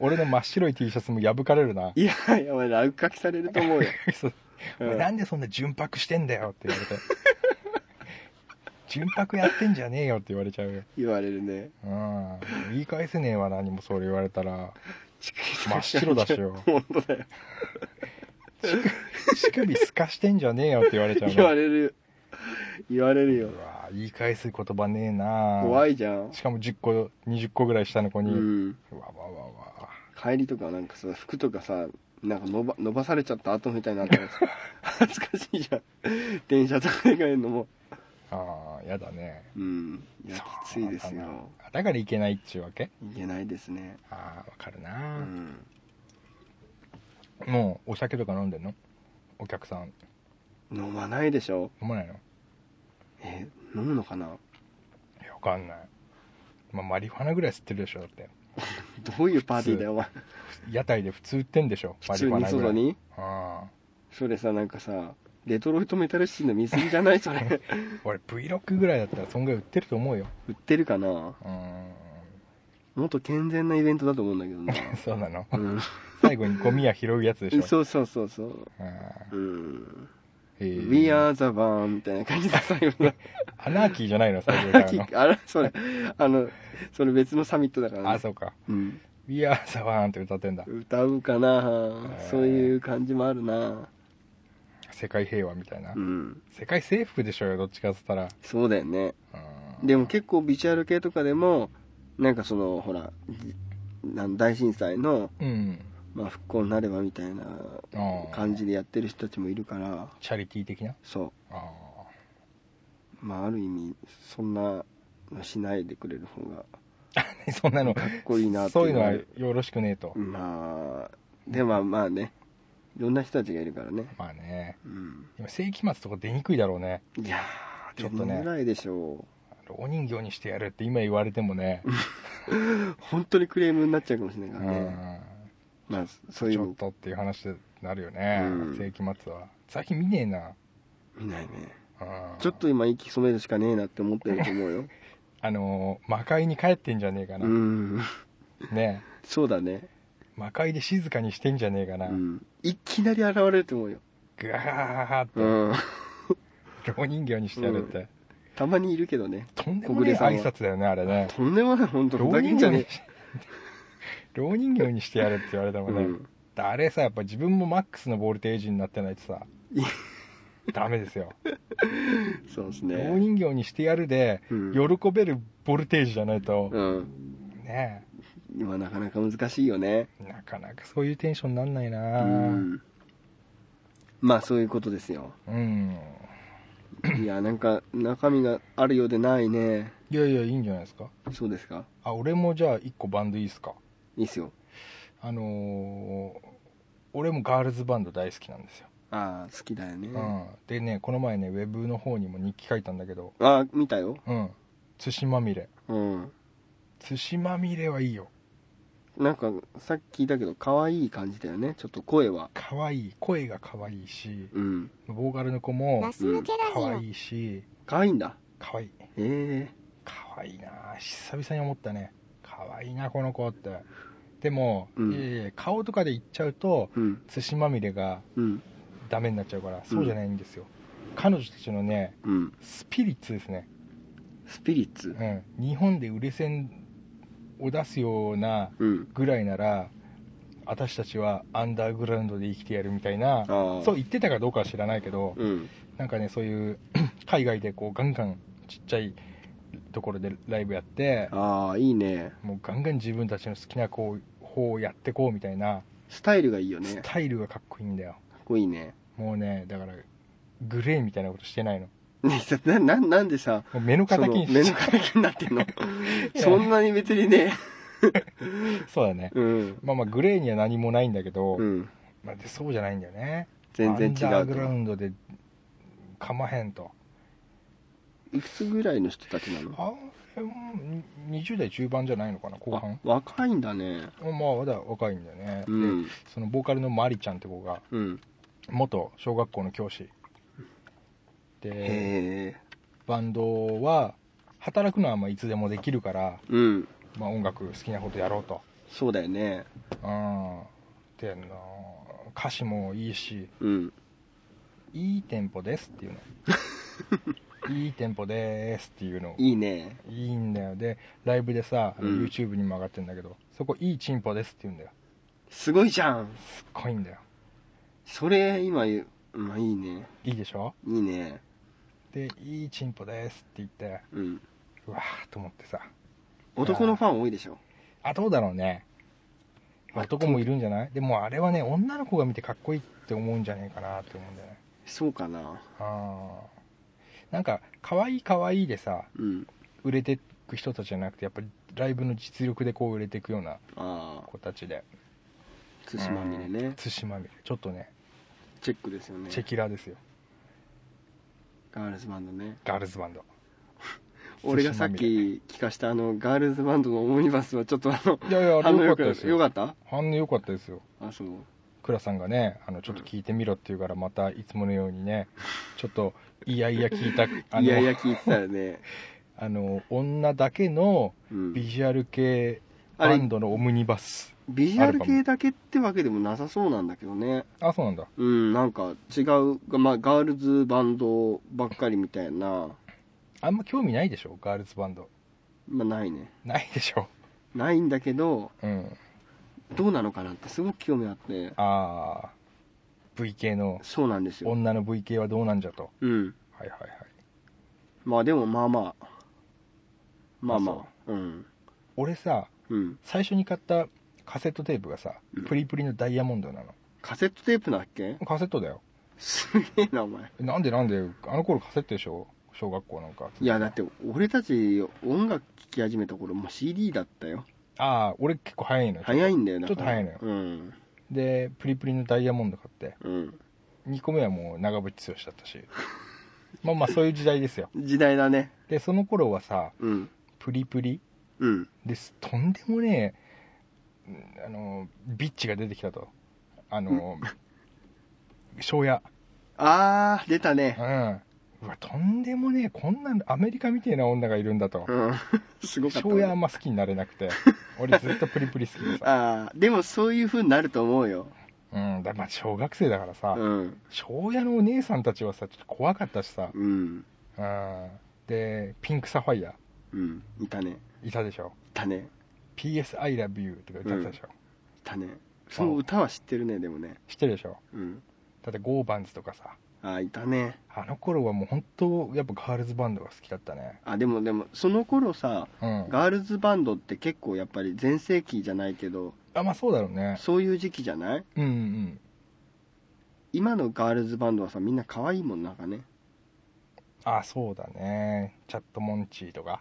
Speaker 4: 俺の真っ白い T シャツも破かれるな。
Speaker 3: いやいや、俺、落書きされると思うよ。
Speaker 4: そうお
Speaker 3: うん
Speaker 4: 前なんでそんな純白してんだよって言われて。純白やってんじゃねえよって言われちゃうよ。
Speaker 3: 言われる ね。
Speaker 4: うん。言い返せねえわ、何もそれ言われたら。
Speaker 3: 真
Speaker 4: っ白だしよ
Speaker 3: 本当だよ。
Speaker 4: 乳首すかしてんじゃねえよって言われちゃう
Speaker 3: 言わ
Speaker 4: の。
Speaker 3: れる。言われるよ
Speaker 4: う。わ言い返す言葉ねえな
Speaker 3: 怖いじゃん。
Speaker 4: しかも10個、20個ぐらい下の子
Speaker 3: う
Speaker 4: に。
Speaker 3: ん。
Speaker 4: うわわわわ。
Speaker 3: 帰りとかなんかさ、服とかさ、なんか伸ば伸ばされちゃった後みたいになった らさ、恥ずかしいじゃん。電車とかで帰るのも。
Speaker 4: ああ、やだね。
Speaker 3: うん。いや、きついです
Speaker 4: そうだ
Speaker 3: よ。
Speaker 4: な。だからいけないっちゅうわけ
Speaker 3: いけないですね。
Speaker 4: ああ、わかる
Speaker 3: う
Speaker 4: な、
Speaker 3: ん。
Speaker 4: もう、お酒とか飲んでんのお客さん。
Speaker 3: 飲まないでしょ。
Speaker 4: 飲まないのい
Speaker 3: え、飲むのかな
Speaker 4: や、わかんない。まあ、マリファナぐらい吸ってるでしょ、だって。
Speaker 3: どういうパーティーだよ、お前。
Speaker 4: 屋台で普通売ってんでしょ、
Speaker 3: 普
Speaker 4: マリ
Speaker 3: 通
Speaker 4: ファ
Speaker 3: に
Speaker 4: ナぐら
Speaker 3: 外
Speaker 4: い。
Speaker 3: に。
Speaker 4: ああ。
Speaker 3: それさ、なんかさ、デトロイトメタルシティの水着じゃないそ れ。
Speaker 4: 俺、Vlog ぐらいだったらそんぐらい売ってると思うよ。
Speaker 3: 売ってるかな
Speaker 4: うーん。
Speaker 3: もっと健全なイベントだと思うんだけどな。
Speaker 4: そうなの
Speaker 3: うん
Speaker 4: 最後にゴミや拾うやつでしょ。
Speaker 3: そうそうそうそう。
Speaker 4: あ
Speaker 3: うん。
Speaker 4: ーへー
Speaker 3: We are the one みたいな感じで最後の。
Speaker 4: アナーキーじゃないの最初
Speaker 3: ラ ッ
Speaker 4: から
Speaker 3: キ
Speaker 4: の。
Speaker 3: ーあれそれ、あの、それ別のサミットだからね。
Speaker 4: あ、そうか。
Speaker 3: うん。
Speaker 4: We are the one って歌ってんだ。
Speaker 3: 歌うかな
Speaker 4: ー
Speaker 3: そういう感じもあるな
Speaker 4: 世界平和みたいな
Speaker 3: う。ん。
Speaker 4: 世界征服でしょうよ、どっちかっつったら。
Speaker 3: そうだよね。
Speaker 4: うん
Speaker 3: でも結構ビジュアル系とかでも、なんかその、ほら、じなん大震災の、
Speaker 4: うん。
Speaker 3: まあ、復興になればみたいな
Speaker 4: ああ
Speaker 3: 感じでやってる人たちもいるから、
Speaker 4: チャリティー的な。
Speaker 3: そう。
Speaker 4: あ
Speaker 3: まあある意味そんなのしないでくれる方が
Speaker 4: あ。 そんなの、
Speaker 3: かっこいいなって
Speaker 4: そういうのは
Speaker 3: なる
Speaker 4: よろしくねえと。
Speaker 3: まあでもまあねいろんな人たちがいるからね
Speaker 4: まあね。
Speaker 3: うん
Speaker 4: 今、世紀末とか出にくいだろうね。
Speaker 3: いやー
Speaker 4: ちょっとね
Speaker 3: どのぐらいでしょ
Speaker 4: お人形にしてやるって今言われてもね。
Speaker 3: う本当にクレームになっちゃうかもしれないうからね
Speaker 4: ん。
Speaker 3: まあそうい
Speaker 4: ち
Speaker 3: う
Speaker 4: ょっ
Speaker 3: の
Speaker 4: とっていう話になるよね
Speaker 3: うん。
Speaker 4: 世紀末は。最近見ねえな。
Speaker 3: 見ないね
Speaker 4: うん
Speaker 3: ちょっと今息染めるしかねえなって思ってると 思うよ
Speaker 4: あのー魔界に帰ってんじゃねえか
Speaker 3: う
Speaker 4: な。
Speaker 3: ん
Speaker 4: ね
Speaker 3: そうだね
Speaker 4: 魔界で静かにしてんじゃねえか
Speaker 3: う
Speaker 4: な。
Speaker 3: んいきなり現れると思うよ
Speaker 4: ぐわーっ
Speaker 3: う
Speaker 4: て、
Speaker 3: ん
Speaker 4: 老人形にしてやるって。
Speaker 3: たまにいるけどね
Speaker 4: とんでもねえ挨拶だよね、あれね。
Speaker 3: とんでもない本当ふ
Speaker 4: 老
Speaker 3: ざけん
Speaker 4: 人
Speaker 3: じ
Speaker 4: 形
Speaker 3: ゃね
Speaker 4: に、老人形にしてやるって言われたも
Speaker 3: え
Speaker 4: ん
Speaker 3: う
Speaker 4: ね。
Speaker 3: ん
Speaker 4: あれさ、やっぱ自分もマックスのボルテージになってないとさ、ダメですよ。
Speaker 3: そうです
Speaker 4: 老
Speaker 3: ね
Speaker 4: 人形にしてやるで、
Speaker 3: うん
Speaker 4: 喜べるボルテージじゃないと、
Speaker 3: うん
Speaker 4: ね
Speaker 3: 今なかなか難しいよね
Speaker 4: えなかなかそういうテンションなんないうなうん。
Speaker 3: んまあそういうことですよいやなんか中身があるようでないね
Speaker 4: いやいや、いいんじゃないですか。
Speaker 3: そうですか
Speaker 4: あ、俺もじゃあ一個バンドいいっすか。
Speaker 3: いいっすよ。
Speaker 4: あのー俺もガールズバンド大好きなんですよ、
Speaker 3: ああ、好きだよね。
Speaker 4: う
Speaker 3: あ
Speaker 4: ん、でねこの前ねウェブの方にも日記書いたんだけど
Speaker 3: あ、見たよ。
Speaker 4: うん対まみれ
Speaker 3: うん。
Speaker 4: 対まみれはいいよ
Speaker 3: なんか、さっき聞いたけど、可愛い感じだよね。ちょっと声は。
Speaker 4: 可愛い声が可愛いし
Speaker 3: うん。
Speaker 4: ボーカルの子も
Speaker 5: ガス抜けラジ
Speaker 4: 可
Speaker 5: オ。
Speaker 4: 愛いし
Speaker 3: 可愛いんだ。
Speaker 4: 可愛い
Speaker 3: へえ。
Speaker 4: 可愛いなあ久々に思ったね可愛いなこの子ってでも、
Speaker 3: うん
Speaker 4: いやいや顔とかで言っちゃうと
Speaker 3: うん。
Speaker 4: 対まみれが
Speaker 3: うん。
Speaker 4: ダメになっちゃうからそうじゃないんですよ、彼女たちのね
Speaker 3: うん。
Speaker 4: スピリッツですね、
Speaker 3: スピリッツ。
Speaker 4: うん、日本で売れ線を出すような
Speaker 3: うん。
Speaker 4: ぐらいなら私たちはアンダーグラウンドで生きてやるみたいな
Speaker 3: ああ。
Speaker 4: そう言ってたかどうかは知らないけど、
Speaker 3: うん。
Speaker 4: なんかねそういう 海外でこうガンガンちっちゃいところでライブやって
Speaker 3: ああ、いいね。
Speaker 4: もうガンガン自分たちの好きなこう方をやってこうみたいな
Speaker 3: スタイルがいいよ
Speaker 4: ス
Speaker 3: ね。か
Speaker 4: タイルがかっこいいんだよ
Speaker 3: っこいいね。
Speaker 4: もうねだからグレーみたいなことしてないの
Speaker 3: ねさな、な、なんでさ、
Speaker 4: もう目の
Speaker 3: そ
Speaker 4: 敵
Speaker 3: の、
Speaker 4: に
Speaker 3: 目
Speaker 4: し
Speaker 3: の
Speaker 4: ちゃう
Speaker 3: 敵になってん のそんなに別にね。
Speaker 4: そうだね
Speaker 3: うん。
Speaker 4: まあまあグレーには何もないんだけど、
Speaker 3: うん。
Speaker 4: まあ、でそうじゃないんだよね
Speaker 3: 全然違
Speaker 4: アンダー
Speaker 3: う
Speaker 4: グラウ
Speaker 3: と。
Speaker 4: ンドでかまへんと
Speaker 3: いくつぐらいの人たちなの
Speaker 4: あえうん20代中盤じゃないのかな後半
Speaker 3: あ若いんだね。
Speaker 4: まあまだ若いんだよね、
Speaker 3: うん
Speaker 4: で。そのボーカルのマリちゃんって子が
Speaker 3: うん。
Speaker 4: 元小学校の教師で
Speaker 3: へえ。
Speaker 4: バンドは働くのはまあいつでもできるから、
Speaker 3: うん。
Speaker 4: まあ、音楽好きなことやろうと
Speaker 3: そうだよね。
Speaker 4: うんであの歌詞もいいし
Speaker 3: うん。
Speaker 4: いいテンポですっていう のいいテンポでーすっていうの
Speaker 3: いいね。
Speaker 4: いいんだよでライブでさあの
Speaker 3: うん
Speaker 4: YouTube にも上がってるんだけど、そこいいチンポですって言うんだよ
Speaker 3: すごいじゃん。
Speaker 4: すっごいんだよ
Speaker 3: それ、今言う。まあいいね。
Speaker 4: いいでしょ
Speaker 3: いいね。
Speaker 4: でいいチンポですって言って
Speaker 3: うん。
Speaker 4: うわーと思ってさ
Speaker 3: 男のファン多いでしょ。
Speaker 4: あどうだろうね男もいるんじゃないでもあれはね女の子が見てかっこいいって思うんじゃねえかなって思うんだよね
Speaker 3: そうかな。
Speaker 4: あーなんか可愛い可愛いでさ
Speaker 3: うん。
Speaker 4: 売れてく人たちじゃなくてやっぱりライブの実力でこう売れていくような
Speaker 3: ああ。
Speaker 4: 子たちで
Speaker 3: つしまみれね。
Speaker 4: 対まみれちょっとね
Speaker 3: チェックですよね。
Speaker 4: チェキラですよ
Speaker 3: ガールズバンドね。
Speaker 4: ガールズバンド
Speaker 3: 俺がさっき聞かしたあの、ガールズバンドのオムニバスはちょっとあの、
Speaker 4: いやいや、あ
Speaker 3: 反
Speaker 4: れ
Speaker 3: 応
Speaker 4: 良か
Speaker 3: よかっ
Speaker 4: ったです
Speaker 3: た。よ
Speaker 4: よ。
Speaker 3: かった
Speaker 4: 反応良かったですよ。
Speaker 3: あ、そう。
Speaker 4: 倉さんがね、あの、ちょっと聞いてみろって言うから、またいつものようにね、ちょっと、いやいや聞いた、あ
Speaker 3: いやいや
Speaker 4: の、
Speaker 3: 聞いてたよ ね。
Speaker 4: あの、女だけの
Speaker 3: うん。
Speaker 4: ビジュアル系
Speaker 3: あ
Speaker 4: バ
Speaker 3: れ
Speaker 4: ンドのオムニバス。
Speaker 3: ビジュアル系だけってわけでもなさそうなんだけどね。
Speaker 4: あ、そうなんだ。
Speaker 3: うん、なんか違う、まあ、ガールズバンドばっかりみたいな、
Speaker 4: あんま興味ないでしょガールズバンド。
Speaker 3: まあ、ないね。
Speaker 4: ないでしょ
Speaker 3: ないんだけど、
Speaker 4: うん。
Speaker 3: どうなのかなってすごく興味あって。
Speaker 4: あー、V 系の、
Speaker 3: そうなんですよ。
Speaker 4: 女の V 系はどうなんじゃと。
Speaker 3: うん。
Speaker 4: はいはいはい。
Speaker 3: まあでも、まあまあ。まあ
Speaker 4: あ
Speaker 3: まあ。うん。
Speaker 4: 俺さ、
Speaker 3: うん。
Speaker 4: 最初に買ったカセットテープがさ
Speaker 3: うん、
Speaker 4: プリプリのダイヤモンドなの。
Speaker 3: カセットテープだっけ
Speaker 4: カセットだよ。
Speaker 3: すげえな、お前。
Speaker 4: なんでなんであの頃カセットでしょ小学校なんか
Speaker 3: いや、だって、俺たち音楽聴き始めた頃、もう CD だったよ。
Speaker 4: ああ俺結構早いのよ
Speaker 3: 早いんだよ、だから
Speaker 4: ちょっと早いのよ
Speaker 3: うん。
Speaker 4: でプリプリのダイヤモンド買って
Speaker 3: うん。
Speaker 4: 2個目はもう長渕剛だったし まあまあそういう時代ですよ
Speaker 3: 時代だね。
Speaker 4: でその頃はさ
Speaker 3: うん。
Speaker 4: プリプリ
Speaker 3: うん。
Speaker 4: ですとんでもねえうんあのビッチが出てきたと あの庄屋
Speaker 3: あー、出た
Speaker 4: う
Speaker 3: ね。
Speaker 4: んうわとんでもねえこんなんアメリカみてえな女がいるんだと
Speaker 3: うん。 すごかった。
Speaker 4: 庄屋あんま好きになれなくて俺ずっとプリプリ好きでさ
Speaker 3: ああ、でもそういう風になると思うよ。
Speaker 4: うんだまあ小学生だからさ、
Speaker 3: うん。
Speaker 4: 庄屋のお姉さんたちはさちょっと怖かったしさ、
Speaker 3: うん。
Speaker 4: うん、でピンクサファイア
Speaker 3: うん。いたね。い
Speaker 4: いたでしょ
Speaker 3: たね。
Speaker 4: 「PS I love you」とか歌ってたでしょ、
Speaker 3: いたね。その歌は知ってるね、でもね。
Speaker 4: 知ってるでしょ
Speaker 3: うん。
Speaker 4: だってゴーバンズとかさ
Speaker 3: ああ、いたね。
Speaker 4: あの頃はもう本当やっぱガールズバンドが好きだったね
Speaker 3: あ、でもでも、その頃さ、
Speaker 4: うん
Speaker 3: ガールズバンドって結構やっぱり全盛期じゃないけど、
Speaker 4: あまあそうだろうね
Speaker 3: そういう時期じゃない
Speaker 4: うんうん
Speaker 3: 今のガールズバンドはさ、みんな可愛いもんなんかね。
Speaker 4: あそうだねチャットモンチーとか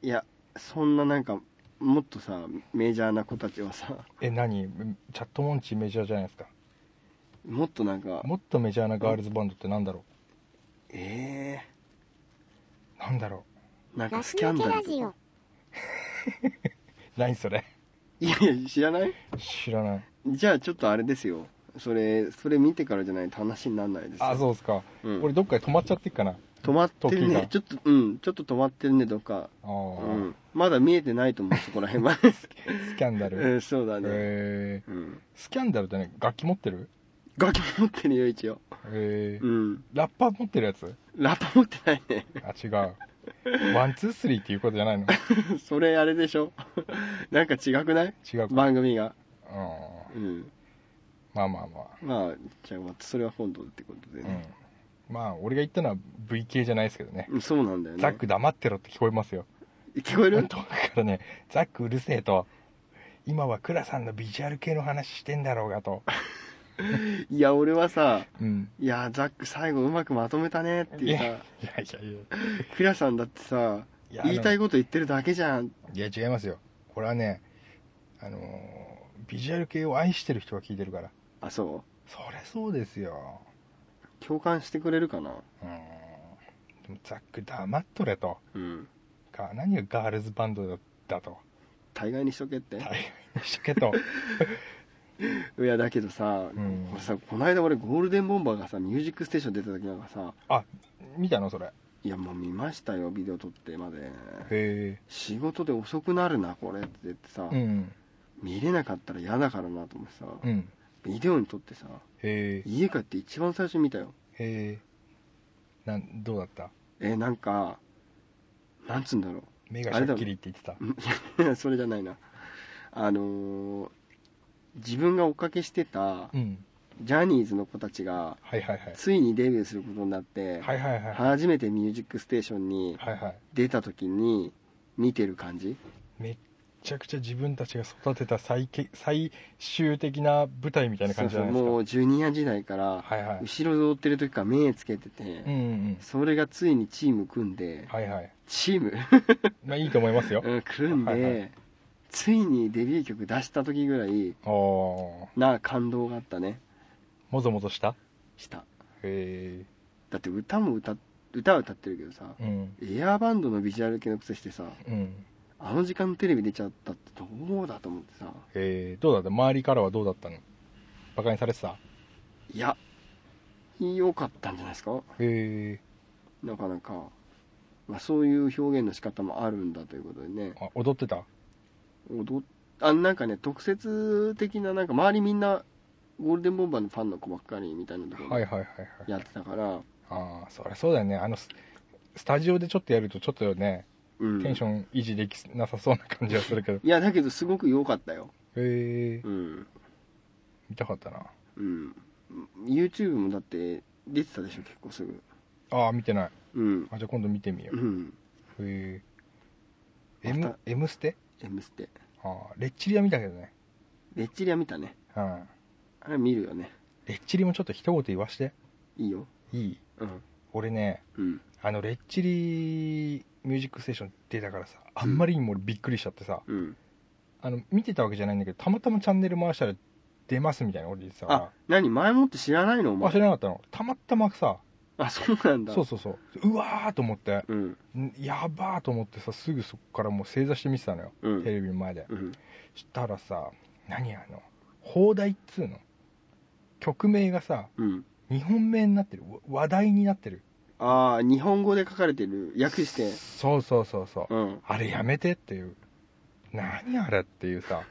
Speaker 3: いや、そんななんか、もっとさメジャーな子たちはさ
Speaker 4: え、何チャットモンチーメジャーじゃないですか。
Speaker 3: もっとなんか
Speaker 4: もっとメジャーなガールズバンドってなんだろ
Speaker 3: え
Speaker 4: うなんだろ
Speaker 3: ー、なん
Speaker 5: ガ
Speaker 3: か
Speaker 5: ス
Speaker 3: スキャン
Speaker 5: 抜け
Speaker 3: ダ
Speaker 5: ラ
Speaker 3: ル
Speaker 5: ジオ
Speaker 3: とか。
Speaker 4: う。何それ
Speaker 3: いやいや知らない
Speaker 4: 知らない。
Speaker 3: じゃあちょっとあれですよそれそれ見てからじゃないと話にならないですよ
Speaker 4: あ、そうですか。
Speaker 3: うん
Speaker 4: 俺どっかで止まっちゃってっかな。
Speaker 3: 止まってる
Speaker 4: 時
Speaker 3: ね
Speaker 4: が
Speaker 3: ちょっとうんちょっと止まってるねどっか
Speaker 4: あ
Speaker 3: う
Speaker 4: あ、
Speaker 3: んまだ見えてないと思うそこら辺 はう
Speaker 4: スキャンダル。
Speaker 3: ん そうだね
Speaker 4: えー
Speaker 3: うん
Speaker 4: スキャンダルってね、楽器持ってる
Speaker 3: 楽器持ってるよ一応
Speaker 4: えー
Speaker 3: うん
Speaker 4: ラッパー持ってるやつ
Speaker 3: ラッパ持ってないね
Speaker 4: あ、違う。ワン、ツー、スリーっていうことじゃないの
Speaker 3: それあれでしょ なんか違くない
Speaker 4: 違うか。
Speaker 3: 番組が
Speaker 4: うん。
Speaker 3: うん
Speaker 4: まあまあまあ。
Speaker 3: まあじゃあまたそれは今度ってことで
Speaker 4: うん
Speaker 3: ね、。
Speaker 4: まあ、俺が言ったのは V 系じゃないですけどね。
Speaker 3: うん、そうなんだよね
Speaker 4: ザック黙ってろって聞こえますよ。
Speaker 3: 聞こえ
Speaker 4: 遠
Speaker 3: る
Speaker 4: くからね、ザックうるせえと、今はクラさんのビジュアル系の話してんだろうがと。
Speaker 3: いや俺はさ
Speaker 4: うん。
Speaker 3: いやザック最後うまくまとめたねっていう
Speaker 4: い
Speaker 3: さ
Speaker 4: いやいやいや。
Speaker 3: クラさんだってさ
Speaker 4: いや
Speaker 3: 言いたい
Speaker 4: あ
Speaker 3: こと言ってるだけじゃん
Speaker 4: のいや違いますよこれはねあのービジュアル系を愛してる人が聞いてるから
Speaker 3: あそ
Speaker 4: そりゃそうですよ
Speaker 3: う共感してくれるかな
Speaker 4: うーんでもザック黙っとれと
Speaker 3: うん
Speaker 4: か何がガールズバンドだだと
Speaker 3: 大概にしとけって
Speaker 4: 大概にしとけ と
Speaker 3: いやだけどさ,、
Speaker 4: うん
Speaker 3: さこの間俺ゴールデンボンバーがさ「ミュージックステーション」出た時なんかさ
Speaker 4: 見たのそれへ
Speaker 3: いやもう見ましたよビデオ撮ってまで
Speaker 4: え
Speaker 3: 仕事で遅くなるなこれって言ってさ、
Speaker 4: うん
Speaker 3: 見れなかったら嫌だからなと思ってさ、
Speaker 4: うん
Speaker 3: ビデオに撮ってさ
Speaker 4: へえ
Speaker 3: 家帰って一番最初に見たよ
Speaker 4: へえなんどうだった
Speaker 3: えーなんかなんつうんだろ
Speaker 4: 目がしゃっきりって言ってた
Speaker 3: う それじゃないなあのー自分が追っかけしてた
Speaker 4: うん
Speaker 3: ジャニーズの子たちが
Speaker 4: はいはいはい
Speaker 3: ついにデビューすることになって、
Speaker 4: はいはいはいは
Speaker 3: 初めて「ミュージックステーション」に
Speaker 4: いはい
Speaker 3: 出た時に見てる感じ
Speaker 4: めっちゃくちゃ自分たちが育てた最け最終的な舞台みたいな感じじゃないですか
Speaker 3: もうジュニア時代から
Speaker 4: はいはい
Speaker 3: 後ろで追ってる時から目つけてて、
Speaker 4: うんうん
Speaker 3: それがついにチーム組んで、
Speaker 4: はいはい
Speaker 3: チーム
Speaker 4: まあいいと思いますよ
Speaker 3: うん組んで、
Speaker 4: はいは
Speaker 3: ついにデビュー曲出した時ぐらい
Speaker 4: おお
Speaker 3: な感動があったね
Speaker 4: もぞもぞした
Speaker 3: した
Speaker 4: へ
Speaker 3: だって歌も歌っ歌は歌ってるけどさ、
Speaker 4: えうん
Speaker 3: エアーバンドのビジュアル系の癖してさ
Speaker 4: うん
Speaker 3: あの時間テレビ出ちゃったってどうだと思ってさ
Speaker 4: へえどうだった周りからはどうだったのバカにされてた
Speaker 3: いや良かったんじゃないですか
Speaker 4: へえ
Speaker 3: なかなか、まあ、そういう表現の仕方もあるんだということでね
Speaker 4: あ踊ってた
Speaker 3: 踊っあなんかね特設的ななんか周りみんなゴールデンボンバーのファンの子ばっかりみたいなところ
Speaker 4: はいはい
Speaker 3: で
Speaker 4: はいはい
Speaker 3: やってたから、
Speaker 4: ああそりゃそうだよねあのススタジオでちょっとやるとちょっとね
Speaker 3: うん
Speaker 4: テンション維持できなさそうな感じがするけど
Speaker 3: いやだけどすごく良かったよ
Speaker 4: へえ
Speaker 3: うん
Speaker 4: 見たかったな
Speaker 3: うん YouTube もだって出てたでしょ結構すぐ
Speaker 4: ああ見てない
Speaker 3: うん
Speaker 4: あじゃあ今度見てみよ
Speaker 3: う
Speaker 4: うんへえ
Speaker 3: ま
Speaker 4: M,
Speaker 3: た
Speaker 4: M ステ
Speaker 3: 「M ステ
Speaker 4: ああレッチリは見たけどね」
Speaker 3: レッチリは見たね
Speaker 4: うん
Speaker 3: あれ見るよね
Speaker 4: レッチリもちょっと一言言わして
Speaker 3: いいよ
Speaker 4: いい
Speaker 3: うん
Speaker 4: 俺ね
Speaker 3: うん
Speaker 4: あのレッチリミュージックステーション出たからさあんまりにも俺びっくりしちゃってさ、
Speaker 3: うん
Speaker 4: あの見てたわけじゃないんだけどたまたまチャンネル回したら出ますみたいな俺言ってた
Speaker 3: あ
Speaker 4: か
Speaker 3: 何前もって知らないのお
Speaker 4: らあ知
Speaker 3: 前
Speaker 4: らなかったのたまたまさ
Speaker 3: あそうなんだ
Speaker 4: そうそうそううわーと思って
Speaker 3: うん
Speaker 4: んやばーと思ってさすぐそこからもう正座して見てたのよ、
Speaker 3: うん
Speaker 4: テレビの前で
Speaker 3: うん
Speaker 4: したらさ何あの放題っつうの曲名がさ
Speaker 3: うん
Speaker 4: 日本名になってるわ話題になってる
Speaker 3: ああ日本語で書かれてる訳して
Speaker 4: そうそうそうそう、
Speaker 3: うん
Speaker 4: あれやめてっていう何あれっていうさ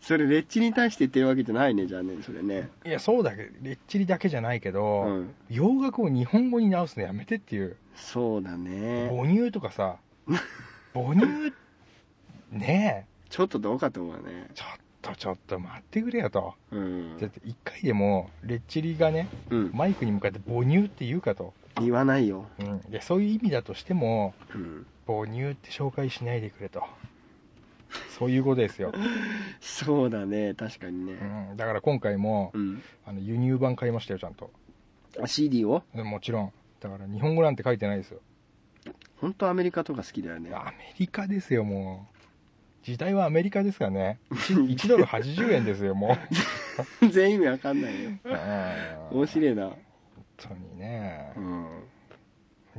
Speaker 3: それレッチリに対して言ってるわけじゃないねじゃあねそれね
Speaker 4: いやそうだけどレッチリだけじゃないけ
Speaker 3: う
Speaker 4: ど、
Speaker 3: ん
Speaker 4: 洋楽を日本語に直すのやめてっていう
Speaker 3: そうだね
Speaker 4: 母乳と かさ母乳ね
Speaker 3: ちょっとどうかと思うね
Speaker 4: えちょっとちょっと待ってくれよと
Speaker 3: うん
Speaker 4: だって一回でもレッチリがね
Speaker 3: うん
Speaker 4: マイクに向かって母乳って言うかと、
Speaker 3: 言わないよ
Speaker 4: うん、いやそういう意味だとしても
Speaker 3: うん
Speaker 4: 母乳って紹介しないでくれとそういうことですよ、
Speaker 3: そうだね確かに
Speaker 4: う
Speaker 3: ね
Speaker 4: ん、だから今回も
Speaker 3: うん
Speaker 4: あの輸入版買いましたよちゃんと
Speaker 3: あ CD を
Speaker 4: でもちろんだから日本語なんて書いてないですよ
Speaker 3: う本当アメリカとか好きだよね
Speaker 4: アメリカですよ、もう。時代はアメリカですからね。1ドル80円ですよ、も
Speaker 3: 全員意味わかんないよ
Speaker 4: う。あー
Speaker 3: 面白いな
Speaker 4: 本当にね
Speaker 3: う。ん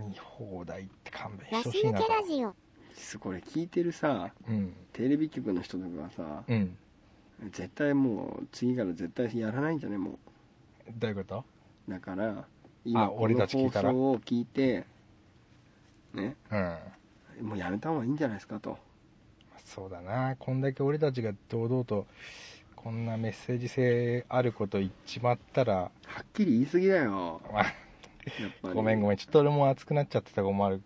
Speaker 4: 見放題って勘弁
Speaker 5: ガス
Speaker 4: してほ
Speaker 5: 抜
Speaker 4: し
Speaker 5: け
Speaker 4: いな
Speaker 5: ラ
Speaker 4: と。
Speaker 5: ジオ。
Speaker 3: 実はこれ聞いてるさ
Speaker 4: うん。
Speaker 3: テレビ局の人とかがさ
Speaker 4: うん。
Speaker 3: 絶対もう次から絶対やらないんじゃねも
Speaker 4: どういうこと
Speaker 3: うだから今
Speaker 4: あ
Speaker 3: こ
Speaker 4: 俺
Speaker 3: の
Speaker 4: たち聞
Speaker 3: 放
Speaker 4: いたら
Speaker 3: 送を聞いてね
Speaker 4: うん。
Speaker 3: もうやめた方がいいんじゃないですかと
Speaker 4: そうだな。こんだけ俺たちが堂々と、こんなメッセージ性あること言っちまったら、
Speaker 3: はっきり言い過ぎだよ
Speaker 4: まあ
Speaker 3: やっぱり
Speaker 4: ごめんごめん。ちょっと俺も熱くなっちゃってたこともある、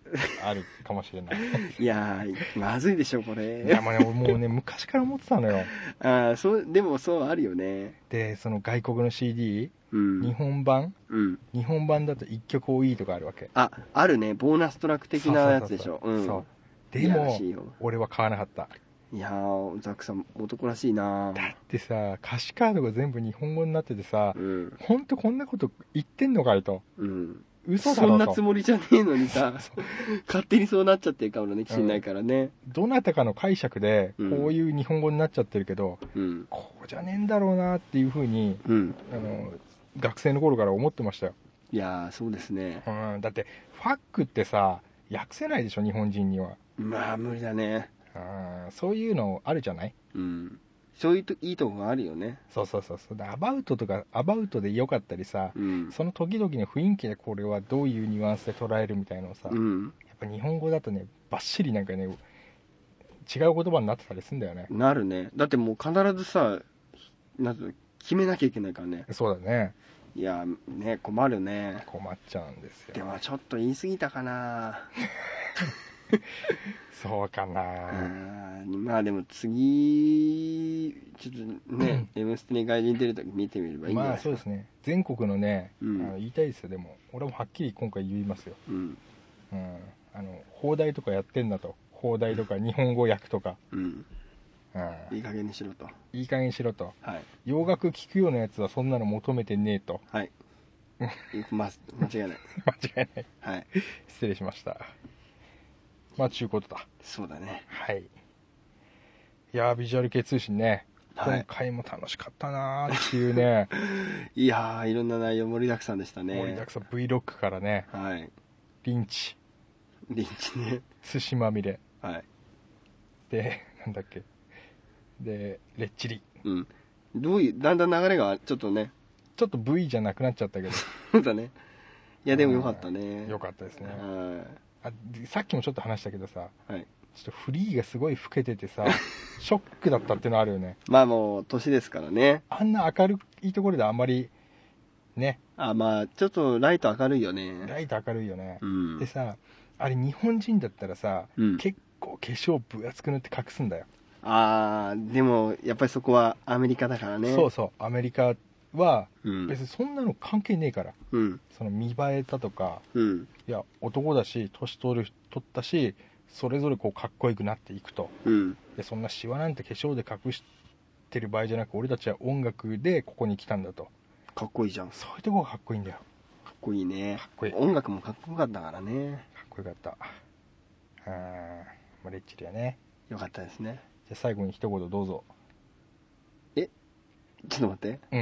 Speaker 4: あるかもし れない。
Speaker 3: いやーまずいでしょこ
Speaker 4: いや、
Speaker 3: れ
Speaker 4: もうね、俺もうね、昔から思ってたのよ。
Speaker 3: あーそうでもそうあるよね
Speaker 4: で、その外国の CD、
Speaker 3: うん
Speaker 4: 日本版
Speaker 3: うん
Speaker 4: 日本版だと1曲多いとかあるわけ。
Speaker 3: ああるねボーナストラック的なやつでしょ
Speaker 4: そうそうそうそう
Speaker 3: い
Speaker 4: で
Speaker 3: やら
Speaker 4: も
Speaker 3: しいよ
Speaker 4: 俺は買わなかった
Speaker 3: うんいやーザックさん男らしいな
Speaker 4: だってさ歌詞カードが全部日本語になっててさ
Speaker 3: うん
Speaker 4: ほんとこんなこと言ってんのかいと
Speaker 3: うん
Speaker 4: 嘘だ
Speaker 3: そん
Speaker 4: ろ
Speaker 3: な
Speaker 4: と
Speaker 3: つもりじゃねえのにさ
Speaker 4: そう
Speaker 3: 勝手にそうなっちゃってるかもねしんないからね
Speaker 4: どなたかの解釈で
Speaker 3: うん
Speaker 4: こういう日本語になっちゃってるけど、
Speaker 3: うん
Speaker 4: こうじゃねえんだろうなっていうふうに
Speaker 3: うん
Speaker 4: あの学生の頃から思ってましたよ、
Speaker 3: いやーそうですね
Speaker 4: うん、だってファックってさ訳せないでしょ日本人には、
Speaker 3: まあ無理だね
Speaker 4: うん、そういうのあるじゃない
Speaker 3: うんそういうといいとこがあるよね
Speaker 4: そうそうそうそうだからアバウトとかアバウトでよかったりさ
Speaker 3: うん
Speaker 4: その時々の雰囲気でこれはどういうニュアンスで捉えるみたいのをさ、
Speaker 3: うん
Speaker 4: やっぱ日本語だとねばっしりなんかね違う言葉になってたりするんだよね、
Speaker 3: なるねだってもう必ずさなんていうの決めなきゃいけないからね
Speaker 4: そうだね
Speaker 3: いやーね困るね
Speaker 4: 困っちゃうんです
Speaker 3: で
Speaker 4: よ
Speaker 3: もちょっと言い過ぎたかな
Speaker 4: そうかな、
Speaker 3: あーまあでも次ちょっとね「M ステ」に外人出るとき見てみればいいんじゃない
Speaker 4: まあ
Speaker 3: ですか、
Speaker 4: そうですね全国のね、
Speaker 3: うん
Speaker 4: あの言いたいですよでも俺もはっきり今回言いますよ、
Speaker 3: うん
Speaker 4: うん、あの放題とかやってんだと放題とか日本語訳とか、
Speaker 3: うんい
Speaker 4: うん
Speaker 3: い加減にしろと
Speaker 4: いい加減にしろと
Speaker 3: はい
Speaker 4: 洋楽聴くようなやつはそんなの求めてねえと
Speaker 3: はいま間違いない
Speaker 4: 間違いない
Speaker 3: はい
Speaker 4: 失礼しましたまあちゅうことだ
Speaker 3: そうだね
Speaker 4: はい。いやー、ビジュアル系通信ね、
Speaker 3: はい
Speaker 4: 今回も楽しかったなーっていうね、
Speaker 3: いやーいろんな内容盛りだくさんでした ね
Speaker 4: 盛りだくさん Vlog からね、
Speaker 3: はい
Speaker 4: リンチ、
Speaker 3: リンチね
Speaker 4: 寿司まみれ、
Speaker 3: はい
Speaker 4: で、なんだっけ、で、レッチリ。
Speaker 3: うんどういうだんだん流れがちょっとね
Speaker 4: ちょっと V じゃなくなっちゃったけ
Speaker 3: そうだねいやでもよかった
Speaker 4: ど、
Speaker 3: ね
Speaker 4: よかったですね。
Speaker 3: は
Speaker 4: あでさっきもちょっと話したけどさ、
Speaker 3: いはい
Speaker 4: ちょっとフリーがすごい老けてて さ、ショックだったっていうのあるよね。
Speaker 3: まあもう年ですからね
Speaker 4: あんな明るいところであんまり、ね、
Speaker 3: あまあちょっとライト明るいよ
Speaker 4: ラ
Speaker 3: ね
Speaker 4: イト明るいよね
Speaker 3: う。ん
Speaker 4: でさ、あれ日本人だったらさ、
Speaker 3: うん
Speaker 4: 結構化粧分厚く塗って隠すんだよ、
Speaker 3: あーでもやっぱりそこはアメリカだからね
Speaker 4: そうそうアメリカは
Speaker 3: うん
Speaker 4: 別にそんなの関係ねえから、
Speaker 3: うん
Speaker 4: その見栄えだとか
Speaker 3: うん
Speaker 4: いや男だし年取る取ったしそれぞれこうかっこよくなっていくと
Speaker 3: うん
Speaker 4: でそんなシワなんて化粧で隠してる場合じゃなく俺たちは音楽でここに来たんだと
Speaker 3: かっこいいじゃんか
Speaker 4: そういうとこがかっこいいんだよ
Speaker 3: っこいいね
Speaker 4: かっこいいかっ
Speaker 3: 音楽もかっこよかったからね
Speaker 4: こよかったあーまあレッチリやね
Speaker 3: よかったですね
Speaker 4: じゃあ最後に一言どうぞ
Speaker 3: ちょっと待って
Speaker 4: う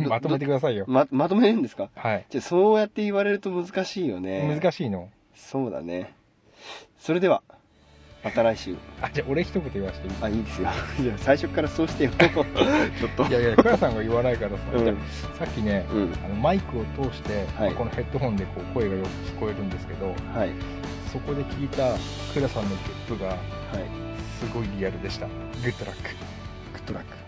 Speaker 4: ん
Speaker 3: ど
Speaker 4: まとめてくださいよ
Speaker 3: ままとめるんですか
Speaker 4: はい
Speaker 3: じゃあそうやって言われると難しいよね
Speaker 4: 難しいの
Speaker 3: そうだねそれではまた来週
Speaker 4: あじゃあ俺一言言わせていい
Speaker 3: あいいですよ じゃあ最初からそうしてよ ちょっと
Speaker 4: いやいや、クラさんが言わないからさ、
Speaker 3: うん
Speaker 4: じゃあさっきね、
Speaker 3: うん
Speaker 4: あのマイクを通して、
Speaker 3: はい
Speaker 4: このヘッドホンでこう声がよく聞こえるんですけど、
Speaker 3: はい
Speaker 4: そこで聞いたクラさんのゲップが
Speaker 3: はい
Speaker 4: すごいリアルでした。グッドラック。
Speaker 3: グッドラック